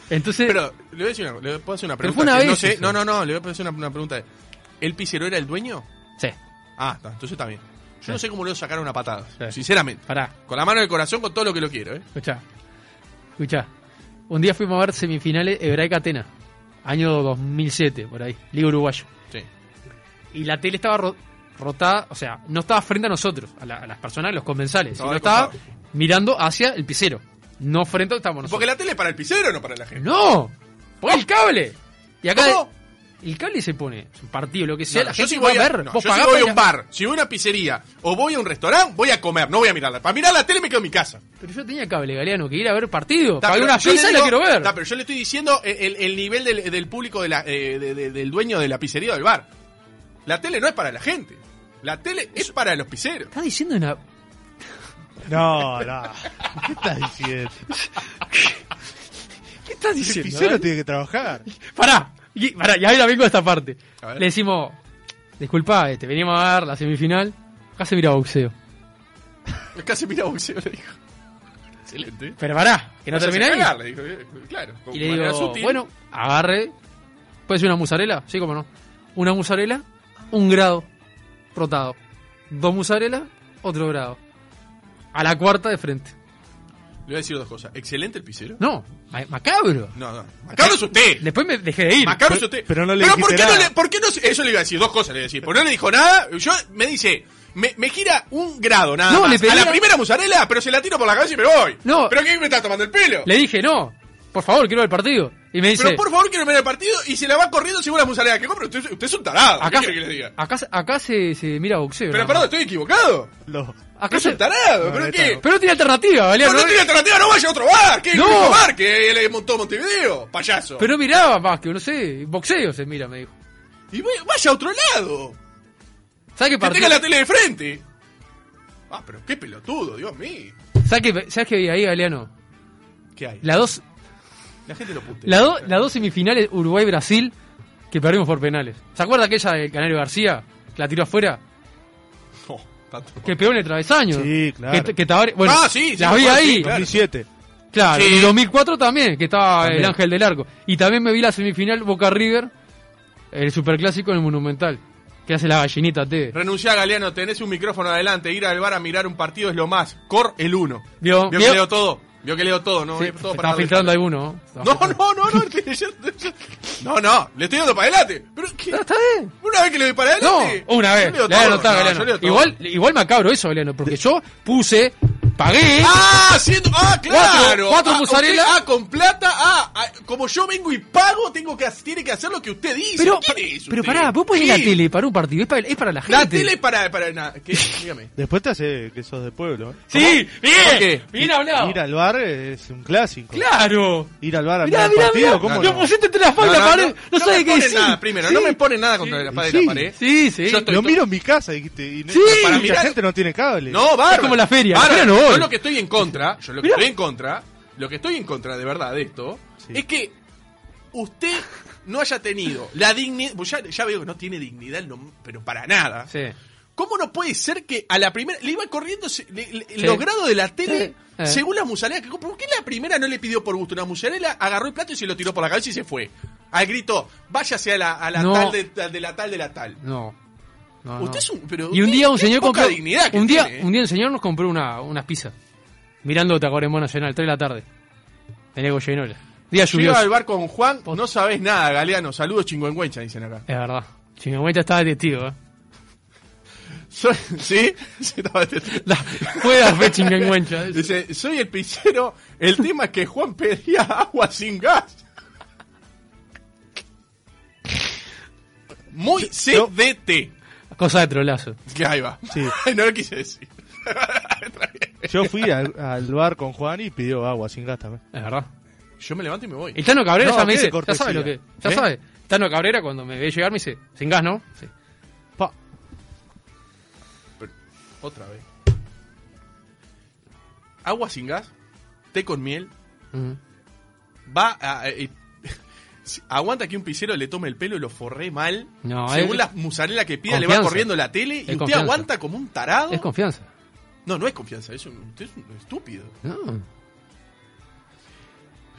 [SPEAKER 1] Entonces.
[SPEAKER 2] Pero le voy a decir una, le puedo hacer una
[SPEAKER 1] Pero
[SPEAKER 2] pregunta.
[SPEAKER 1] fue una
[SPEAKER 2] que no,
[SPEAKER 1] vez
[SPEAKER 2] sé-
[SPEAKER 1] eso.
[SPEAKER 2] no, no, no, le voy a hacer una, una pregunta. ¿El Picero era el dueño?
[SPEAKER 1] sí,
[SPEAKER 2] Ah, está, entonces está bien. Yo
[SPEAKER 1] Sí.
[SPEAKER 2] no sé cómo le sacaron una patada,
[SPEAKER 1] Sí.
[SPEAKER 2] sinceramente.
[SPEAKER 1] pará,
[SPEAKER 2] Con la mano en el corazón, con todo lo que lo quiero, ¿eh?
[SPEAKER 1] escuchá. Escuchá. Un día fuimos a ver semifinales Hebraica Atena, año 2007, por ahí, Liga Uruguayo.
[SPEAKER 2] Sí.
[SPEAKER 1] y la tele estaba ro- rotada, o sea, no estaba frente a nosotros, a, la- a las personas, los comensales,
[SPEAKER 2] Estaba
[SPEAKER 1] sino
[SPEAKER 2] al costado.
[SPEAKER 1] estaba mirando hacia el pisero. No frente a estábamos
[SPEAKER 2] Porque
[SPEAKER 1] nosotros.
[SPEAKER 2] la tele es para el pisero, no para la gente.
[SPEAKER 1] ¡No! ¡Por el cable! Y acá
[SPEAKER 2] ¿Cómo?
[SPEAKER 1] el cable se pone, es un partido, lo que
[SPEAKER 2] No,
[SPEAKER 1] sea,
[SPEAKER 2] no,
[SPEAKER 1] la
[SPEAKER 2] yo
[SPEAKER 1] gente
[SPEAKER 2] si
[SPEAKER 1] va
[SPEAKER 2] voy a,
[SPEAKER 1] a ver.
[SPEAKER 2] no,
[SPEAKER 1] Vos
[SPEAKER 2] yo si
[SPEAKER 1] pagás
[SPEAKER 2] voy a
[SPEAKER 1] para
[SPEAKER 2] un
[SPEAKER 1] ir
[SPEAKER 2] bar, si voy a una pizzería o voy a un restaurante, voy a comer, no voy a mirarla. Para mirar la tele me quedo en mi casa.
[SPEAKER 1] Pero yo tenía cable, Galeano, que ir a ver partido.
[SPEAKER 2] Ta,
[SPEAKER 1] Pagué
[SPEAKER 2] pero
[SPEAKER 1] una
[SPEAKER 2] yo le
[SPEAKER 1] pizza y la
[SPEAKER 2] digo-
[SPEAKER 1] quiero ver.
[SPEAKER 2] ta, pero yo le estoy diciendo el, el- el nivel del, del público, de la, eh, de- de- del dueño de la pizzería o del bar. La tele no es para la gente. La tele es para los pizzeros.
[SPEAKER 1] Está diciendo una...
[SPEAKER 3] No, no. ¿Qué estás diciendo?
[SPEAKER 1] ¿Qué estás
[SPEAKER 3] El
[SPEAKER 1] diciendo?
[SPEAKER 3] pisero
[SPEAKER 1] eh?
[SPEAKER 3] tiene que trabajar.
[SPEAKER 1] Pará, y, pará, y ahora vengo a esta parte.
[SPEAKER 2] A ver.
[SPEAKER 1] Le decimos, disculpa, este, venimos a ver la semifinal, acá se mira boxeo.
[SPEAKER 2] Casi mira boxeo, le dijo. Excelente.
[SPEAKER 1] Pero pará, que no
[SPEAKER 2] Vayas a
[SPEAKER 1] termina ahí.
[SPEAKER 2] cagar, le dijo, eh, Claro. con
[SPEAKER 1] Y le
[SPEAKER 2] manera
[SPEAKER 1] digo,
[SPEAKER 2] sutil.
[SPEAKER 1] bueno, agarre, puede ser una musarela, sí, como no. Una musarela, un grado, rotado. Dos musarelas, otro grado. A la cuarta de frente.
[SPEAKER 2] Le voy a decir dos cosas. Excelente el pisero.
[SPEAKER 1] No, ma- macabro.
[SPEAKER 2] No, no. Macabro es usted.
[SPEAKER 1] Después me dejé de E ir.
[SPEAKER 2] Macabro es usted.
[SPEAKER 3] pero no le
[SPEAKER 2] ¿por
[SPEAKER 3] dijiste
[SPEAKER 2] qué no
[SPEAKER 3] nada.
[SPEAKER 2] le, por qué no se- Eso le iba a decir, dos cosas le iba a decir. Porque no le dijo nada. Yo me dice, me, me gira un grado nada
[SPEAKER 1] No,
[SPEAKER 2] más.
[SPEAKER 1] le pedí
[SPEAKER 2] a la
[SPEAKER 1] la-
[SPEAKER 2] primera musarela, pero se la tiro por la cabeza y me voy.
[SPEAKER 1] No.
[SPEAKER 2] ¿Pero qué me está tomando el pelo?
[SPEAKER 1] Le dije, no, por favor, quiero ver el partido. Y me dice,
[SPEAKER 2] Pero por favor quiero ver el partido y se la va corriendo según la musarela que compra. Usted, usted es un tarado.
[SPEAKER 1] acá,
[SPEAKER 2] ¿Qué quiere que le diga?
[SPEAKER 1] acá, se- acá se, se mira boxeo.
[SPEAKER 2] Pero
[SPEAKER 1] nada más.
[SPEAKER 2] perdón, estoy equivocado.
[SPEAKER 3] Lo-
[SPEAKER 2] Usted
[SPEAKER 1] Acá
[SPEAKER 2] es
[SPEAKER 1] se-
[SPEAKER 2] un tarado.
[SPEAKER 3] No,
[SPEAKER 2] ¿Pero
[SPEAKER 3] neta,
[SPEAKER 2] qué?
[SPEAKER 3] no.
[SPEAKER 1] Pero no tiene alternativa, ¿eh?
[SPEAKER 2] No,
[SPEAKER 1] Galeano.
[SPEAKER 2] no
[SPEAKER 1] no-
[SPEAKER 2] tiene alternativa, no vaya a otro bar. ¿Qué?
[SPEAKER 1] No.
[SPEAKER 2] No. bar que le montó Montevideo. Payaso.
[SPEAKER 1] Pero no miraba básquet, no sé, boxeo se mira, me dijo.
[SPEAKER 2] Y vaya- vaya a otro lado.
[SPEAKER 1] ¿Sabes qué
[SPEAKER 2] Que
[SPEAKER 1] partido?
[SPEAKER 2] tenga la tele de frente. Ah, pero qué pelotudo, Dios mío.
[SPEAKER 1] ¿Sabes qué, sabes qué vi ahí, Galeano?
[SPEAKER 2] ¿Qué hay? La,
[SPEAKER 1] Las dos,
[SPEAKER 2] gente lo puntea.
[SPEAKER 1] la do- las dos semifinales Uruguay-Brasil que perdimos por penales. ¿Se acuerda aquella del Canario García? Que la tiró afuera,
[SPEAKER 2] No, tanto.
[SPEAKER 1] que pegó en el travesaño.
[SPEAKER 3] Sí, claro.
[SPEAKER 1] Que, que Tabaré- bueno,
[SPEAKER 2] Ah, sí, sí,
[SPEAKER 1] las
[SPEAKER 2] me
[SPEAKER 1] vi
[SPEAKER 2] acuerdo,
[SPEAKER 1] ahí.
[SPEAKER 2] sí, claro.
[SPEAKER 3] 2007.
[SPEAKER 1] Claro,
[SPEAKER 2] Sí.
[SPEAKER 1] y 2004 también, que estaba
[SPEAKER 3] También.
[SPEAKER 1] el Ángel del Arco. Y también me vi la semifinal Boca River, el superclásico en el Monumental, que hace la gallinita T.
[SPEAKER 2] Renunciá, Galeano, tenés un micrófono adelante, ir al bar a mirar un partido es lo más. Cor el uno.
[SPEAKER 1] Vio-
[SPEAKER 2] Vio
[SPEAKER 1] vio-
[SPEAKER 2] que leo todo. Vio que leo todo, no
[SPEAKER 1] Sí,
[SPEAKER 2] Eh, todo
[SPEAKER 1] se
[SPEAKER 2] para
[SPEAKER 1] está
[SPEAKER 2] darle-
[SPEAKER 1] filtrando alguno. ¿no? Está
[SPEAKER 2] No, no,
[SPEAKER 1] filtrando.
[SPEAKER 2] no, este, no, estoy leyendo. No, no, le estoy dando para adelante. Pero ¿qué?
[SPEAKER 1] Está bien.
[SPEAKER 2] Una vez que le doy para adelante.
[SPEAKER 1] No, una vez.
[SPEAKER 2] Yo leo
[SPEAKER 1] Le voy a
[SPEAKER 2] todo.
[SPEAKER 1] anotar,
[SPEAKER 2] No,
[SPEAKER 1] Galeano.
[SPEAKER 2] yo leo todo.
[SPEAKER 1] Igual, igual macabro eso, Galeano, porque yo puse, pagué.
[SPEAKER 2] ¡Ah! Siendo, ¡Ah, claro!
[SPEAKER 1] Cuatro- cuatro
[SPEAKER 2] ah,
[SPEAKER 1] mozzarella.
[SPEAKER 2] usted- ah, con plata. Ah, ah, como yo vengo y pago, tengo que, tiene que hacer lo que usted dice.
[SPEAKER 1] pero,
[SPEAKER 2] ¿Quién es
[SPEAKER 1] pero
[SPEAKER 2] usted?
[SPEAKER 1] pará, vos ponés la
[SPEAKER 2] ¿Qué?
[SPEAKER 1] tele para un partido, es para, es para la gente.
[SPEAKER 2] La tele para. para na- ¿Qué? Dígame.
[SPEAKER 3] Después te hace que sos de pueblo. ¿eh?
[SPEAKER 1] Sí,
[SPEAKER 2] ¿Por
[SPEAKER 1] bien,
[SPEAKER 2] qué?
[SPEAKER 1] bien hablado.
[SPEAKER 3] Ir al bar es un clásico.
[SPEAKER 1] Claro.
[SPEAKER 3] Ir al bar a
[SPEAKER 1] Mirá,
[SPEAKER 3] mirar un
[SPEAKER 1] mirá,
[SPEAKER 3] partido,
[SPEAKER 1] mirá.
[SPEAKER 3] ¿cómo
[SPEAKER 1] Lo
[SPEAKER 3] no?
[SPEAKER 1] pusiste entre las manos,
[SPEAKER 2] No,
[SPEAKER 1] la
[SPEAKER 2] no,
[SPEAKER 1] pared.
[SPEAKER 2] no, no
[SPEAKER 1] No, sabes
[SPEAKER 2] me
[SPEAKER 1] qué
[SPEAKER 2] ponen
[SPEAKER 1] decir.
[SPEAKER 2] nada, primero, no me ponen nada contra la pared de
[SPEAKER 3] sí.
[SPEAKER 2] la pared.
[SPEAKER 1] Sí, sí.
[SPEAKER 2] Yo estoy-
[SPEAKER 3] Lo miro en mi casa, dijiste. Y no-
[SPEAKER 1] Sí.
[SPEAKER 3] para
[SPEAKER 2] Mirá-
[SPEAKER 3] mucha gente no tiene cable.
[SPEAKER 2] No, bárbaro.
[SPEAKER 1] Es como la feria,
[SPEAKER 2] Bárbaro.
[SPEAKER 1] la feria no voy.
[SPEAKER 2] Yo lo que estoy en contra, yo lo que
[SPEAKER 1] Mirá.
[SPEAKER 2] estoy en contra, lo que estoy en contra de verdad de esto,
[SPEAKER 3] Sí.
[SPEAKER 2] es que usted no haya tenido la dignidad. pues Ya, ya veo que no tiene dignidad, no- pero para nada.
[SPEAKER 1] Sí.
[SPEAKER 2] ¿Cómo no puede ser que a la primera le iba corriendo se- le- le- los grados de la tele
[SPEAKER 1] Sí. Eh.
[SPEAKER 2] según la musarela que compró? ¿Por qué la primera no le pidió por gusto una musarela? Agarró el plato y se lo tiró por la cabeza y se fue. Al grito, váyase a la, a la
[SPEAKER 1] No.
[SPEAKER 2] tal de, de la tal de la tal.
[SPEAKER 1] No. No, no.
[SPEAKER 2] Usted es un- pero
[SPEAKER 1] y un
[SPEAKER 2] qué-
[SPEAKER 1] día un
[SPEAKER 2] qué
[SPEAKER 1] señor
[SPEAKER 2] poca
[SPEAKER 1] compró.
[SPEAKER 2] dignidad que
[SPEAKER 1] un, día,
[SPEAKER 2] tiene, eh.
[SPEAKER 1] un día un señor nos compró una, unas pizzas. Mirando Tacuarembó Nacional, 3 de la tarde. Tenía Goyenola. Día
[SPEAKER 2] Yo iba al
[SPEAKER 1] lluvioso.
[SPEAKER 2] bar con Juan, no sabés nada, Galeano. Saludos chingüengüencha, dicen acá.
[SPEAKER 1] Es verdad. Chingüengüencha estaba detectivo, eh.
[SPEAKER 2] Soy- ¿Sí? Sí, estaba detenido.
[SPEAKER 1] La, fue la fe Chingüengüencha.
[SPEAKER 2] Dice, soy el pizzero. El tema es que Juan pedía agua sin gas. Muy CDT.
[SPEAKER 1] Cosa de trolazo.
[SPEAKER 2] Que ahí va.
[SPEAKER 3] Sí.
[SPEAKER 2] no lo quise decir.
[SPEAKER 3] Yo fui al, al bar con Juan y pidió agua sin gas también.
[SPEAKER 1] Es verdad.
[SPEAKER 2] Yo me levanto y me voy.
[SPEAKER 1] El Tano Cabrera
[SPEAKER 3] No,
[SPEAKER 1] ya me
[SPEAKER 3] qué
[SPEAKER 1] dice. Ya
[SPEAKER 3] cortesía.
[SPEAKER 1] sabe lo que. Ya
[SPEAKER 3] ¿Eh?
[SPEAKER 1] sabe. Tano Cabrera cuando me ve llegar me dice, sin gas, ¿no? Sí.
[SPEAKER 3] Pa.
[SPEAKER 2] Pero, otra vez. Agua sin gas, té con miel,
[SPEAKER 1] Ujú.
[SPEAKER 2] va a, eh, eh, si- aguanta que un pisero le tome el pelo y lo forré mal.
[SPEAKER 1] No,
[SPEAKER 2] Según
[SPEAKER 1] es-
[SPEAKER 2] la musarela que pida, le va
[SPEAKER 1] Confianza.
[SPEAKER 2] corriendo la tele y
[SPEAKER 1] Es
[SPEAKER 2] usted
[SPEAKER 1] confianza.
[SPEAKER 2] aguanta como un tarado.
[SPEAKER 1] Es confianza.
[SPEAKER 2] no, no es confianza, es un, usted es un estúpido.
[SPEAKER 1] No.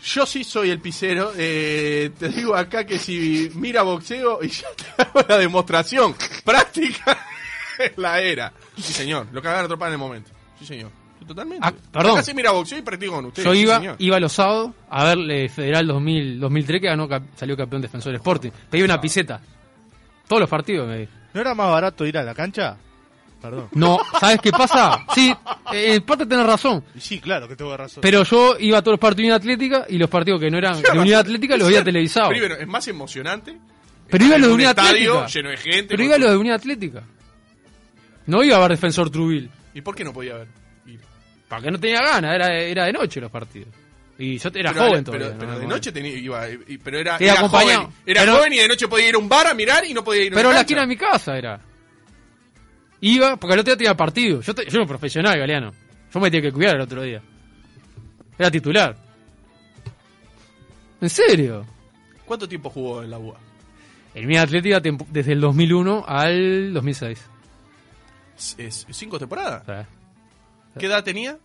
[SPEAKER 2] Yo sí soy el pisero. eh, te digo acá que si mira boxeo y ya te hago la demostración práctica en la era. Sí, señor. Lo cagaron a tropa en el momento. Sí, señor. Totalmente.
[SPEAKER 1] Ah, perdón.
[SPEAKER 2] Acá se mira boxeo y practico con usted.
[SPEAKER 1] Yo
[SPEAKER 2] sí,
[SPEAKER 1] iba,
[SPEAKER 2] señor.
[SPEAKER 1] iba los sábados a ver el Federal 2000, 2003 que ganó, cap- salió campeón defensor Sporting. Pedí una piseta. Todos los partidos me di.
[SPEAKER 3] ¿No era más barato ir a la cancha? Perdón.
[SPEAKER 1] No, ¿sabes qué pasa? Sí, eh, en parte tenés razón.
[SPEAKER 3] Y Sí, claro que tengo razón.
[SPEAKER 1] Pero yo iba a todos los partidos de Unidad Atlética y los partidos que no eran de Unidad Atlética los veía televisados.
[SPEAKER 2] Primero, es más emocionante.
[SPEAKER 1] Pero iba a los de
[SPEAKER 2] un
[SPEAKER 1] Unidad
[SPEAKER 2] estadio
[SPEAKER 1] Atlética.
[SPEAKER 2] lleno de gente.
[SPEAKER 1] Pero
[SPEAKER 2] con
[SPEAKER 1] iba a los de Unidad Atlética. No iba a ver Defensor Trubil.
[SPEAKER 2] ¿Y por qué no podía haber? Y-
[SPEAKER 1] Para que no tenía ganas, era, era de noche los partidos. Y yo era
[SPEAKER 2] pero,
[SPEAKER 1] joven
[SPEAKER 2] pero-
[SPEAKER 1] todavía.
[SPEAKER 2] pero
[SPEAKER 1] ¿no?
[SPEAKER 2] de noche tenía, iba, y- pero era,
[SPEAKER 1] Te iba
[SPEAKER 2] era joven.
[SPEAKER 1] acompañado.
[SPEAKER 2] Era
[SPEAKER 1] Pero-
[SPEAKER 2] joven y de noche podía ir a un bar a mirar y no podía ir a una
[SPEAKER 1] Pero la
[SPEAKER 2] cancha.
[SPEAKER 1] esquina de mi casa era. Iba, porque el otro día tenía partido. Yo, te- yo era un profesional, Galeano. Yo me tenía que cuidar el otro día. Era titular. ¿En serio?
[SPEAKER 2] ¿Cuánto tiempo jugó en la UA?
[SPEAKER 1] El Mía Atlética tempo- desde el 2001 al 2006.
[SPEAKER 2] Es- ¿Cinco temporadas?
[SPEAKER 1] O sea,
[SPEAKER 2] ¿Qué edad tenía?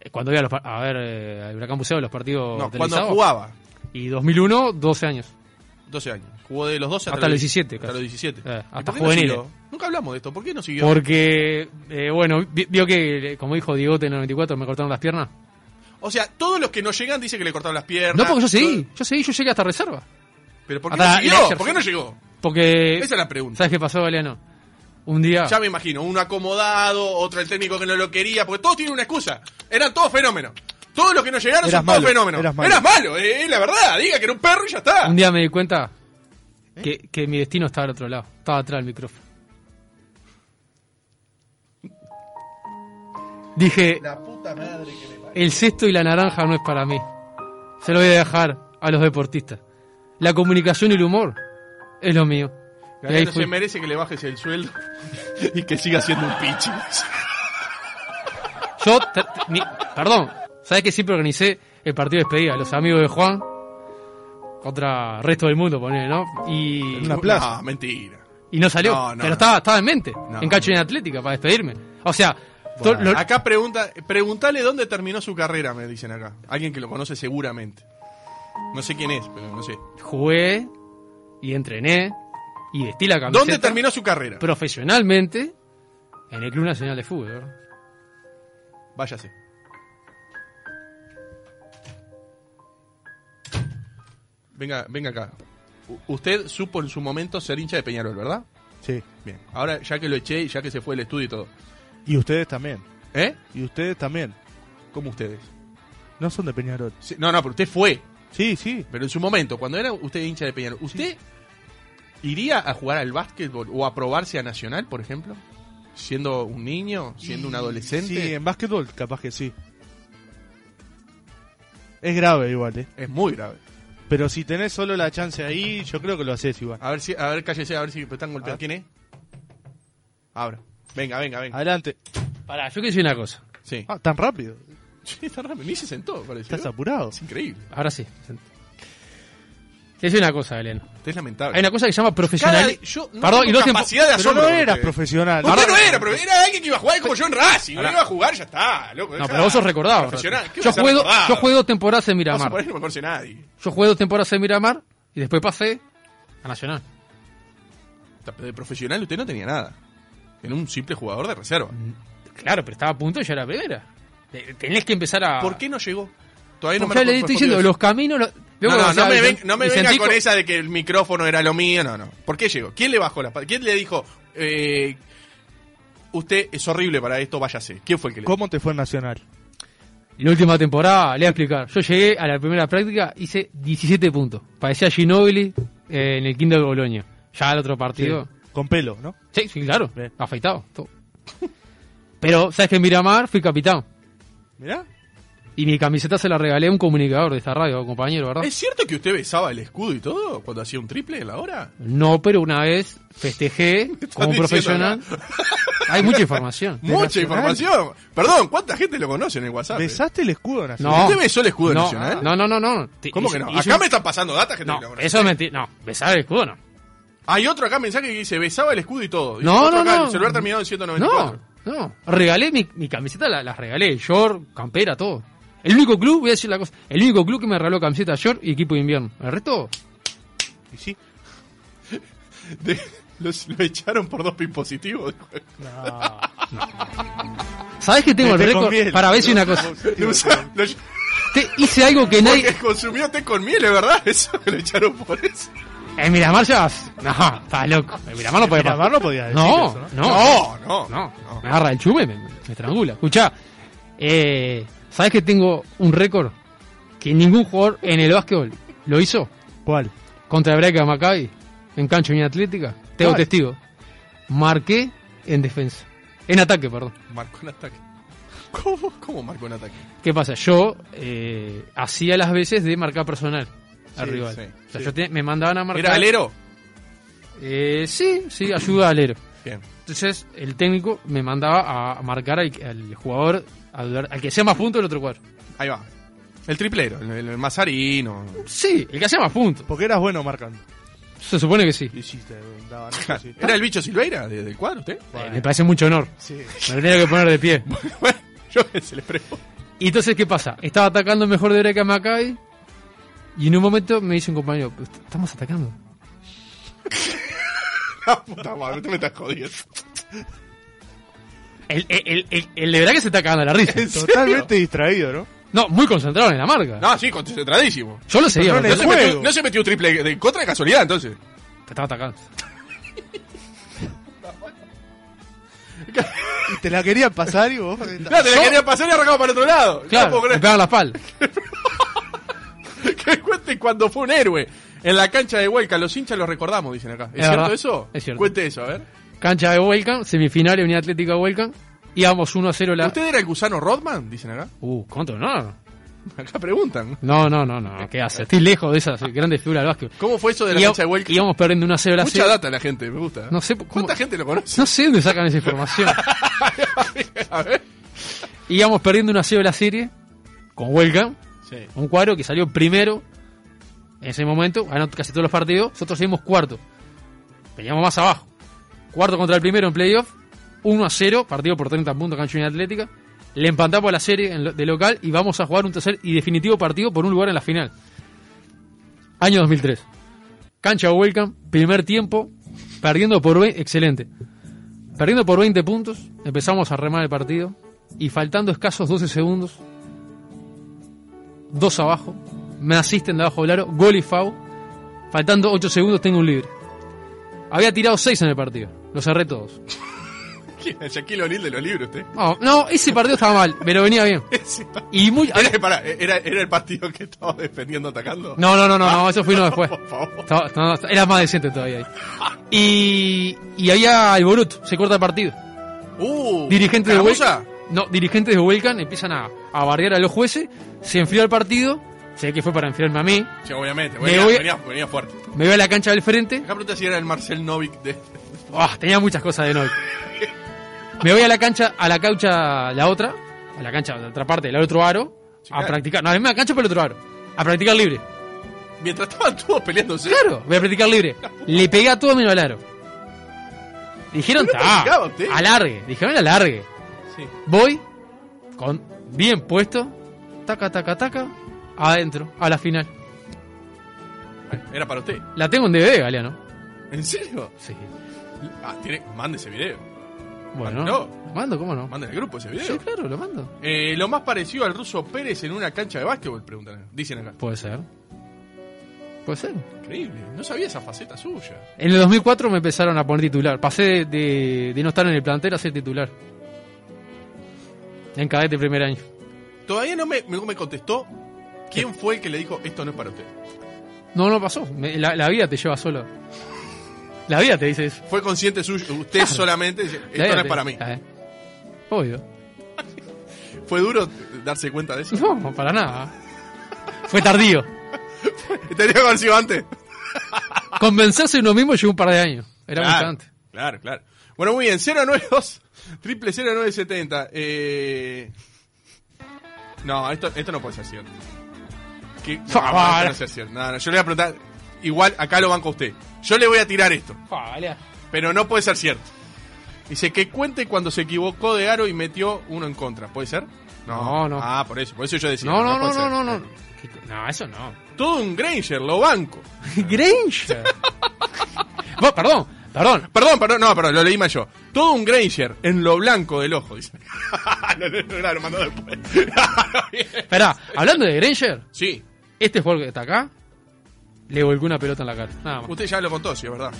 [SPEAKER 1] eh, cuando iba a, los par- a ver eh, al Huracán Buceo los partidos
[SPEAKER 2] No, cuando
[SPEAKER 1] televisados.
[SPEAKER 2] jugaba.
[SPEAKER 1] Y 2001, 12 años.
[SPEAKER 2] 12 años. Jugó de los 12
[SPEAKER 1] Hasta los 17,
[SPEAKER 2] Hasta
[SPEAKER 1] casi.
[SPEAKER 2] los 17. ¿Y
[SPEAKER 1] Eh, hasta
[SPEAKER 2] por qué no
[SPEAKER 1] juveniles.
[SPEAKER 2] siguió? Nunca hablamos de esto. ¿Por qué no siguió?
[SPEAKER 1] Porque, eh, bueno, vi- vio que, eh, como dijo Diegote en el 94, me cortaron las piernas.
[SPEAKER 2] O sea, todos los que no llegan dicen que le cortaron las piernas.
[SPEAKER 1] No, porque yo seguí,
[SPEAKER 2] Todo-
[SPEAKER 1] yo seguí, yo llegué hasta reserva.
[SPEAKER 2] ¿Pero por qué
[SPEAKER 1] Hasta
[SPEAKER 2] no
[SPEAKER 1] el
[SPEAKER 2] siguió?
[SPEAKER 1] Ajax.
[SPEAKER 2] ¿Por qué no llegó?
[SPEAKER 1] Porque.
[SPEAKER 2] Esa es la pregunta.
[SPEAKER 1] ¿Sabes qué pasó, Galeano? Un
[SPEAKER 3] Ah.
[SPEAKER 1] día.
[SPEAKER 2] Ya me imagino, uno acomodado, otro el técnico que no lo quería, porque todos tienen una excusa. Eran todos fenómenos. Todos los que no llegaron
[SPEAKER 3] Eras
[SPEAKER 2] son todos
[SPEAKER 3] malo,
[SPEAKER 2] fenómenos.
[SPEAKER 3] eras malo.
[SPEAKER 2] eh, la verdad. Diga que era un perro y ya está.
[SPEAKER 1] Un día me di cuenta
[SPEAKER 2] ¿Eh?
[SPEAKER 1] que, que mi destino estaba al otro lado, estaba atrás del micrófono. Dije, el cesto y la naranja no es para mí. Se lo voy a dejar a los deportistas. La comunicación y el humor es lo mío. Y ahí
[SPEAKER 2] no
[SPEAKER 1] fui.
[SPEAKER 2] se merece que le bajes el sueldo y que siga siendo un pinche.
[SPEAKER 1] Yo, te- te- mi- perdón, ¿sabes que siempre organicé el partido de despedida? Los amigos de Juan contra el resto del mundo, poner, ¿no? Y,
[SPEAKER 3] En una plaza.
[SPEAKER 2] No, mentira.
[SPEAKER 1] y no salió.
[SPEAKER 2] No, no,
[SPEAKER 1] pero
[SPEAKER 2] no.
[SPEAKER 1] Estaba, estaba en mente,
[SPEAKER 2] No.
[SPEAKER 1] en Cacho y en Atlética, para despedirme. O sea, to- lo-
[SPEAKER 2] Acá pregunta, preguntale dónde terminó su carrera, me dicen acá. Alguien que lo conoce seguramente. No sé quién es, pero no sé.
[SPEAKER 1] jugué y entrené y vestí la camiseta.
[SPEAKER 2] ¿Dónde terminó su carrera?
[SPEAKER 1] Profesionalmente en el Club Nacional de Fútbol. ¿verdad?
[SPEAKER 2] Váyase. Venga, venga acá. U- usted supo en su momento ser hincha de Peñarol, ¿verdad?
[SPEAKER 3] Sí.
[SPEAKER 2] Bien. Ahora, ya que lo eché y ya que se fue el estudio y todo.
[SPEAKER 3] Y ustedes también.
[SPEAKER 2] ¿Eh?
[SPEAKER 3] Y ustedes también.
[SPEAKER 2] Como ustedes.
[SPEAKER 3] No son de Peñarol.
[SPEAKER 2] Sí, no, no, pero usted fue.
[SPEAKER 3] Sí, sí.
[SPEAKER 2] Pero en su momento, cuando era usted hincha de Peñarol, ¿usted iría a jugar al básquetbol o a probarse a Nacional, por ejemplo? Siendo un niño, siendo un adolescente.
[SPEAKER 3] Sí, em- en básquetbol capaz que sí. Es grave igual, ¿eh?
[SPEAKER 2] Es muy grave.
[SPEAKER 3] Pero si tenés solo la chance ahí, yo creo que lo haces igual.
[SPEAKER 2] A ver si, a ver, cállese, a ver si están golpeando.
[SPEAKER 3] A ver.
[SPEAKER 2] ¿Quién es? Abra. Venga, venga, venga.
[SPEAKER 3] Adelante.
[SPEAKER 1] Pará, yo quiero decir una cosa.
[SPEAKER 2] Sí.
[SPEAKER 3] Ah, tan rápido.
[SPEAKER 2] Sí, está raro. Ni se sentó, parece.
[SPEAKER 3] Estás
[SPEAKER 2] ¿no?
[SPEAKER 3] apurado.
[SPEAKER 2] Es increíble.
[SPEAKER 1] Ahora sí. Quiero decir una cosa, Belén.
[SPEAKER 2] Es lamentable.
[SPEAKER 1] Hay una cosa que se llama profesional.
[SPEAKER 2] Cada- yo no
[SPEAKER 1] Perdón,
[SPEAKER 2] tengo
[SPEAKER 1] y dos en-
[SPEAKER 2] capacidad de
[SPEAKER 3] Pero
[SPEAKER 2] asombro.
[SPEAKER 3] no
[SPEAKER 2] con
[SPEAKER 3] eras
[SPEAKER 2] ustedes.
[SPEAKER 3] profesional.
[SPEAKER 2] Usted no era, pero era alguien que iba a jugar como yo en Racing. No
[SPEAKER 1] Pará.
[SPEAKER 2] iba a jugar, ya está, loco.
[SPEAKER 1] No,
[SPEAKER 2] deja-
[SPEAKER 1] pero vos sos recordado.
[SPEAKER 2] Profesional. ¿Qué
[SPEAKER 1] Yo
[SPEAKER 2] vas a
[SPEAKER 1] juego,
[SPEAKER 2] recordar?
[SPEAKER 1] yo juego dos temporadas en
[SPEAKER 2] Vos por
[SPEAKER 1] Miramar.
[SPEAKER 2] ahí no me conoce nadie.
[SPEAKER 1] Yo juego dos temporadas en Miramar y después pasé a Nacional.
[SPEAKER 2] Pero De profesional usted no tenía nada. Era un simple jugador de reserva.
[SPEAKER 1] Mm. Claro, pero estaba a punto y ya era primera. Eh, Tenés que empezar a.
[SPEAKER 2] ¿Por qué no llegó? Todavía no
[SPEAKER 1] Porque
[SPEAKER 2] me
[SPEAKER 1] ya
[SPEAKER 2] lo
[SPEAKER 1] le estoy diciendo, los caminos. los-
[SPEAKER 2] No,
[SPEAKER 1] Luego,
[SPEAKER 2] no,
[SPEAKER 1] o sea,
[SPEAKER 2] no me, ven-
[SPEAKER 1] Vicen-
[SPEAKER 2] no me venga
[SPEAKER 1] Vicentico-
[SPEAKER 2] con esa de que el micrófono era lo mío, no, no. ¿Por qué llegó? ¿Quién le bajó las pa- ¿Quién le dijo, eh, usted es horrible para esto, váyase? ¿Quién fue el que le
[SPEAKER 3] ¿Cómo te fue en Nacional?
[SPEAKER 1] La última temporada, le voy a explicar. Yo llegué a la primera práctica, hice 17 puntos. Parecía Ginobili eh, en el quinto de Bolonia. Ya al otro partido.
[SPEAKER 3] Con pelo, ¿no?
[SPEAKER 1] Sí, sí, claro.
[SPEAKER 3] Bien.
[SPEAKER 1] Afeitado. todo. Pero, ¿sabes que En Miramar fui capitán.
[SPEAKER 3] Mirá.
[SPEAKER 1] Y mi camiseta se la regalé a un comunicador de esta radio, compañero, ¿verdad?
[SPEAKER 2] ¿Es cierto que usted besaba el escudo y todo cuando hacía un triple en la hora?
[SPEAKER 1] No, pero una vez festejé como un
[SPEAKER 2] diciendo
[SPEAKER 1] profesional. Hay mucha información.
[SPEAKER 2] Mucha
[SPEAKER 3] Nacional?
[SPEAKER 2] información. Perdón, ¿cuánta gente lo conoce en el WhatsApp? eh?
[SPEAKER 3] Besaste el escudo nacional.
[SPEAKER 1] No.
[SPEAKER 2] ¿Usted besó el escudo
[SPEAKER 1] no,
[SPEAKER 2] nacional?
[SPEAKER 1] no, no, no, no.
[SPEAKER 2] ¿Cómo
[SPEAKER 1] Hice-
[SPEAKER 2] que no?
[SPEAKER 1] hice
[SPEAKER 2] Acá
[SPEAKER 1] un-
[SPEAKER 2] me están pasando data gente
[SPEAKER 1] No,
[SPEAKER 2] que lo conoce.
[SPEAKER 1] eso es mentira. No, besar el escudo no.
[SPEAKER 2] Hay otro acá mensaje que dice, besaba el escudo y todo. Dice,
[SPEAKER 1] No,
[SPEAKER 2] otro
[SPEAKER 1] no,
[SPEAKER 2] acá,
[SPEAKER 1] no.
[SPEAKER 2] El celular terminado en 194.
[SPEAKER 1] No, no. Regalé mi, mi camiseta, la, las regalé. Short, campera, todo. El único club, voy a decir la cosa, el único club que me regaló camiseta short y equipo de invierno. El resto,
[SPEAKER 3] Y sí.
[SPEAKER 2] De- los- lo echaron por dos pin positivos.
[SPEAKER 1] ¿sabés que tengo el
[SPEAKER 3] Te
[SPEAKER 1] récord?
[SPEAKER 3] conviene.
[SPEAKER 1] Para ver si una cosa.
[SPEAKER 2] Lo usa- lo-
[SPEAKER 1] Te- hice algo que nadie.
[SPEAKER 2] porque consumió té con miel, es verdad. Eso que lo echaron por eso.
[SPEAKER 1] En Miramar ya. vas- No, estás loco. En Miramar no podía
[SPEAKER 3] Miramar no podía decir
[SPEAKER 1] No,
[SPEAKER 3] eso,
[SPEAKER 1] no.
[SPEAKER 2] No, no,
[SPEAKER 1] No,
[SPEAKER 2] no.
[SPEAKER 1] me agarra el chume, me, me estrangula. Escuchá, eh, ¿sabes que tengo un récord que ningún jugador en el básquetbol lo hizo?
[SPEAKER 3] ¿Cuál?
[SPEAKER 1] Contra Braca Maccabi, en cancha Unión Atlética. Tengo
[SPEAKER 3] Claro.
[SPEAKER 1] testigo. Marqué en defensa. En ataque, perdón.
[SPEAKER 2] Marcó un ataque. ¿Cómo, cómo marcó un ataque?
[SPEAKER 1] ¿Qué pasa? Yo eh, hacía las veces de marcar personal al
[SPEAKER 2] Sí,
[SPEAKER 1] rival.
[SPEAKER 2] sí,
[SPEAKER 1] o sea,
[SPEAKER 2] sí.
[SPEAKER 1] yo te- me mandaban a marcar.
[SPEAKER 2] ¿Era alero?
[SPEAKER 1] Eh, sí, sí, ayuda alero.
[SPEAKER 2] Bien.
[SPEAKER 1] Entonces el técnico me mandaba a marcar al, al jugador, al, al que sea más puntos del otro cuadro.
[SPEAKER 2] Ahí va. El triplero, el, el mazarino.
[SPEAKER 1] Sí, el que sea más puntos.
[SPEAKER 3] Porque eras bueno marcando.
[SPEAKER 1] Se supone que sí.
[SPEAKER 3] Hiciste, daban sí.
[SPEAKER 2] ¿Era el bicho Silveira de- del cuadro usted?
[SPEAKER 1] Eh, me parece mucho honor.
[SPEAKER 3] Sí.
[SPEAKER 1] Me lo tenía que poner de pie.
[SPEAKER 2] Bueno, yo se le pregunto.
[SPEAKER 1] Y entonces, ¿qué pasa? Estaba atacando mejor de Eureka Maccabi. Y en un momento me dice un compañero, "Est- estamos atacando.
[SPEAKER 2] La Ah, puta madre, tú me estás jodiendo.
[SPEAKER 1] El, el, el, el- el de verdad que se está cagando la risa.
[SPEAKER 3] Totalmente distraído, ¿no?
[SPEAKER 1] No, muy concentrado en la marca.
[SPEAKER 2] No, sí, concentradísimo.
[SPEAKER 1] Yo lo seguía,
[SPEAKER 3] No,
[SPEAKER 2] No
[SPEAKER 1] pero
[SPEAKER 3] El
[SPEAKER 2] se, metió,
[SPEAKER 3] juego.
[SPEAKER 2] no se metió triple de contra de casualidad, entonces.
[SPEAKER 1] te estaba atacando.
[SPEAKER 3] Y te la querían pasar y vos. eh,
[SPEAKER 2] Claro, te la quería pasar y arrancaba para el otro lado. No
[SPEAKER 1] Claro,
[SPEAKER 2] puedo
[SPEAKER 1] me
[SPEAKER 2] creer.
[SPEAKER 1] pegaban la espalda.
[SPEAKER 2] que cuente cuando fue un héroe. En la cancha de Huelca, los hinchas lo recordamos, dicen acá. ¿Es,
[SPEAKER 1] Es
[SPEAKER 2] cierto
[SPEAKER 1] verdad.
[SPEAKER 2] eso?
[SPEAKER 1] Es cierto.
[SPEAKER 2] Cuente eso, a ver.
[SPEAKER 1] Cancha de Welcome, semifinal de Unidad Atlética Welcome. Íbamos 1 a 0 la...
[SPEAKER 2] ¿Usted era el gusano Rodman? Dicen acá.
[SPEAKER 1] Uh, ¿cuánto? No,
[SPEAKER 2] Acá preguntan.
[SPEAKER 1] no, no, no, no. ¿Qué hace? Estoy lejos de esas grandes figuras del básquet.
[SPEAKER 2] ¿Cómo fue eso de la
[SPEAKER 1] Íbamos-
[SPEAKER 2] cancha de Huelca?
[SPEAKER 1] Íbamos perdiendo 1 a 0 la
[SPEAKER 2] Mucha
[SPEAKER 1] serie.
[SPEAKER 2] data la gente, me gusta.
[SPEAKER 1] No sé, ¿cómo?
[SPEAKER 2] ¿Cuánta gente lo conoce?
[SPEAKER 1] No sé dónde sacan esa información.
[SPEAKER 2] a ver.
[SPEAKER 1] Íbamos perdiendo 1 a 0 la serie con Welcome.
[SPEAKER 2] Sí.
[SPEAKER 1] Un cuadro que salió primero en ese momento, ganó casi todos los partidos. Nosotros seguimos cuarto. Peleamos más abajo. Cuarto contra el primero en playoff. 1 a 0, partido por 30 puntos, cancha Unión Atlética. Le empantamos la serie en lo- de local y vamos a jugar un tercer y definitivo partido por un lugar en la final. Año 2003. Cancha Welcome, primer tiempo, perdiendo por 20, excelente. Perdiendo por 20 puntos, empezamos a remar el partido y faltando escasos 12 segundos, dos abajo, me asisten de abajo del aro, gol y foul. Faltando 8 segundos tengo un libre. Había tirado 6 en el partido, los cerré todos.
[SPEAKER 2] ¿Quién? Shaquille O'Neal de los libros, usted.
[SPEAKER 1] No, no, ese partido estaba mal, pero venía bien.
[SPEAKER 2] Ese pa-
[SPEAKER 1] Y muy...
[SPEAKER 2] Era, pará, era, era el partido que estaba defendiendo, atacando.
[SPEAKER 1] No, no, no, no, no, eso fue uno después.
[SPEAKER 2] Por favor.
[SPEAKER 1] Estaba- no, no, era más decente todavía ahí. Y, y había Alborot, se corta el partido.
[SPEAKER 2] Uh,
[SPEAKER 1] dirigentes de
[SPEAKER 2] ¿Caramusa?
[SPEAKER 1] Huelcan, no, dirigentes de Huelcan empiezan a, a bardear a los jueces, se enfría el partido, sé que fue para enfriarme a mí,
[SPEAKER 2] Sí, obviamente.
[SPEAKER 1] Me
[SPEAKER 2] Venía,
[SPEAKER 1] voy-
[SPEAKER 2] venía- venía fuerte. Acá
[SPEAKER 1] me veo a la cancha del frente,
[SPEAKER 2] pregunta si era el Marcel Novik de.
[SPEAKER 1] ¡ah! tenía muchas cosas de noche. Me voy a la cancha, a la caucha, la otra, a la cancha, de la otra parte, del otro aro,
[SPEAKER 2] Sí,
[SPEAKER 1] a
[SPEAKER 2] claro.
[SPEAKER 1] practicar, no, a la misma cancha pero el otro aro, a practicar libre.
[SPEAKER 2] Mientras estaban todos peleándose.
[SPEAKER 1] Claro, voy a practicar libre. Le pegué a todo menos al aro. Dijeron,
[SPEAKER 2] ¿Pero no
[SPEAKER 1] "Ta,
[SPEAKER 2] practicaba usted?"
[SPEAKER 1] alargue, dijeron alargue.
[SPEAKER 2] Sí.
[SPEAKER 1] Voy con bien puesto, taca, taca, taca, adentro, a la final.
[SPEAKER 2] Bueno, Era para usted.
[SPEAKER 1] La tengo en DVD, Galeano.
[SPEAKER 2] ¿En serio?
[SPEAKER 1] Sí.
[SPEAKER 2] Ah, tiene. Mande ese video.
[SPEAKER 1] Bueno,
[SPEAKER 2] Mándalo.
[SPEAKER 1] ¿lo mando? ¿Cómo no?
[SPEAKER 2] Mande al grupo ese video.
[SPEAKER 1] Sí, claro, lo mando.
[SPEAKER 2] Eh, lo más parecido al ruso Pérez en una cancha de básquetbol, preguntan. Dicen acá.
[SPEAKER 1] Puede ser. Puede ser.
[SPEAKER 2] Increíble. No sabía esa faceta suya.
[SPEAKER 1] En el 2004 me empezaron a poner titular. Pasé de, de- de no estar en el plantel a ser titular. En cadete primer año.
[SPEAKER 2] Todavía no me, no me contestó quién fue el que le dijo esto no es para usted.
[SPEAKER 1] No, no pasó. Me- la, la vida te lleva sola. La vida te dice eso.
[SPEAKER 2] Fue consciente suyo. Usted solamente. dice,
[SPEAKER 1] La
[SPEAKER 2] Esto
[SPEAKER 1] vida
[SPEAKER 2] no es
[SPEAKER 1] te-
[SPEAKER 2] para mí.
[SPEAKER 1] Eh, Obvio.
[SPEAKER 2] Fue duro darse cuenta de eso.
[SPEAKER 1] No, para nada. Fue tardío.
[SPEAKER 2] Tenía que haber sido antes.
[SPEAKER 1] Convencerse uno mismo llevó un par de años. Era
[SPEAKER 2] claro,
[SPEAKER 1] bastante.
[SPEAKER 2] Claro, claro. Bueno, muy bien. 092 triple 0970. Eh... No, esto, esto no puede ser cierto. ¿Qué? No,
[SPEAKER 1] Fa,
[SPEAKER 2] no,
[SPEAKER 1] va,
[SPEAKER 2] esto no
[SPEAKER 1] eh.
[SPEAKER 2] es cierto. No, no, yo le voy a preguntar. Igual acá lo banco a usted. Yo le voy a tirar esto, pero no puede ser cierto. Dice que cuente cuando se equivocó de aro y metió uno en contra. ¿Puede ser?
[SPEAKER 1] No, no.
[SPEAKER 2] Ah, por eso, por eso yo decía.
[SPEAKER 1] No,
[SPEAKER 2] puede
[SPEAKER 1] no, no, no,
[SPEAKER 2] ser.
[SPEAKER 1] no, no. No, eso no.
[SPEAKER 2] Todo un Granger, lo banco.
[SPEAKER 1] Granger. Vos, perdón, perdón.
[SPEAKER 2] Perdón, perdón, no, perdón, lo leí mal yo. Todo un Granger en lo blanco del ojo, dice. lo, lo, lo- lo- lo mandó después.
[SPEAKER 1] Esperá, hablando de Granger,
[SPEAKER 2] sí,
[SPEAKER 1] este jugador que está acá le volcó una pelota en la cara. Nada más.
[SPEAKER 2] usted ya lo contó, sí, es verdad.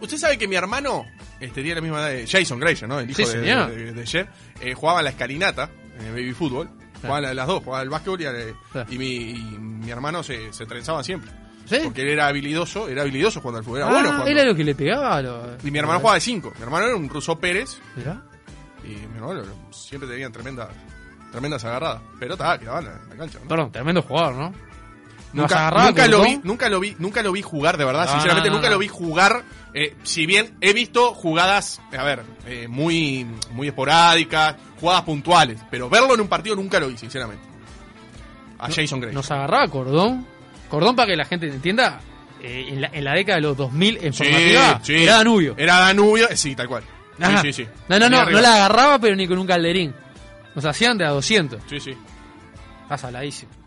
[SPEAKER 2] Usted sabe que mi hermano, este tiene la misma edad de Jason Granger, ¿no? El hijo
[SPEAKER 1] Sí,
[SPEAKER 2] de,
[SPEAKER 1] señor.
[SPEAKER 2] de- de Jeff, eh, jugaba en la escalinata, en el baby fútbol. Jugaban la- las dos, jugaba el básquetbol y, al-
[SPEAKER 1] Claro.
[SPEAKER 2] y mi, y mi hermano se, se trenzaba siempre.
[SPEAKER 1] ¿Sí?
[SPEAKER 2] Porque él era habilidoso, era habilidoso cuando al fútbol. Era
[SPEAKER 1] Ah,
[SPEAKER 2] bueno jugando.
[SPEAKER 1] era lo que le pegaba. a los-
[SPEAKER 2] Y mi hermano jugaba de cinco. Mi hermano era un Russo Pérez,
[SPEAKER 1] Mirá.
[SPEAKER 2] Y mi hermano lo- siempre tenían tremendas, tremendas agarradas. Pero estaba, quedaban en la cancha. ¿no?
[SPEAKER 1] Perdón, tremendo jugador, ¿no? Nos
[SPEAKER 2] Nunca,
[SPEAKER 1] agarraba
[SPEAKER 2] nunca lo
[SPEAKER 1] Courtois.
[SPEAKER 2] vi, nunca lo vi, nunca lo vi jugar de verdad,
[SPEAKER 1] No,
[SPEAKER 2] sinceramente
[SPEAKER 1] no, no,
[SPEAKER 2] nunca
[SPEAKER 1] no.
[SPEAKER 2] lo vi jugar. eh, si bien he visto jugadas, a ver, eh, muy, muy esporádicas, jugadas puntuales, pero verlo en un partido nunca lo vi, sinceramente. A Jason Gray.
[SPEAKER 1] Nos agarraba Cordón. Cordón, para que la gente entienda, eh, en, la, en la década de los 2000, en formativa, era Danubio.
[SPEAKER 2] Era Danubio, eh, sí, tal cual.
[SPEAKER 1] Ajá.
[SPEAKER 2] Sí, sí, sí.
[SPEAKER 1] No, no,
[SPEAKER 2] Muy
[SPEAKER 1] no,
[SPEAKER 2] arriba.
[SPEAKER 1] no la agarraba, pero ni con un calderín. Nos hacían de a 200.
[SPEAKER 2] Sí, sí.
[SPEAKER 1] Está saladísimo.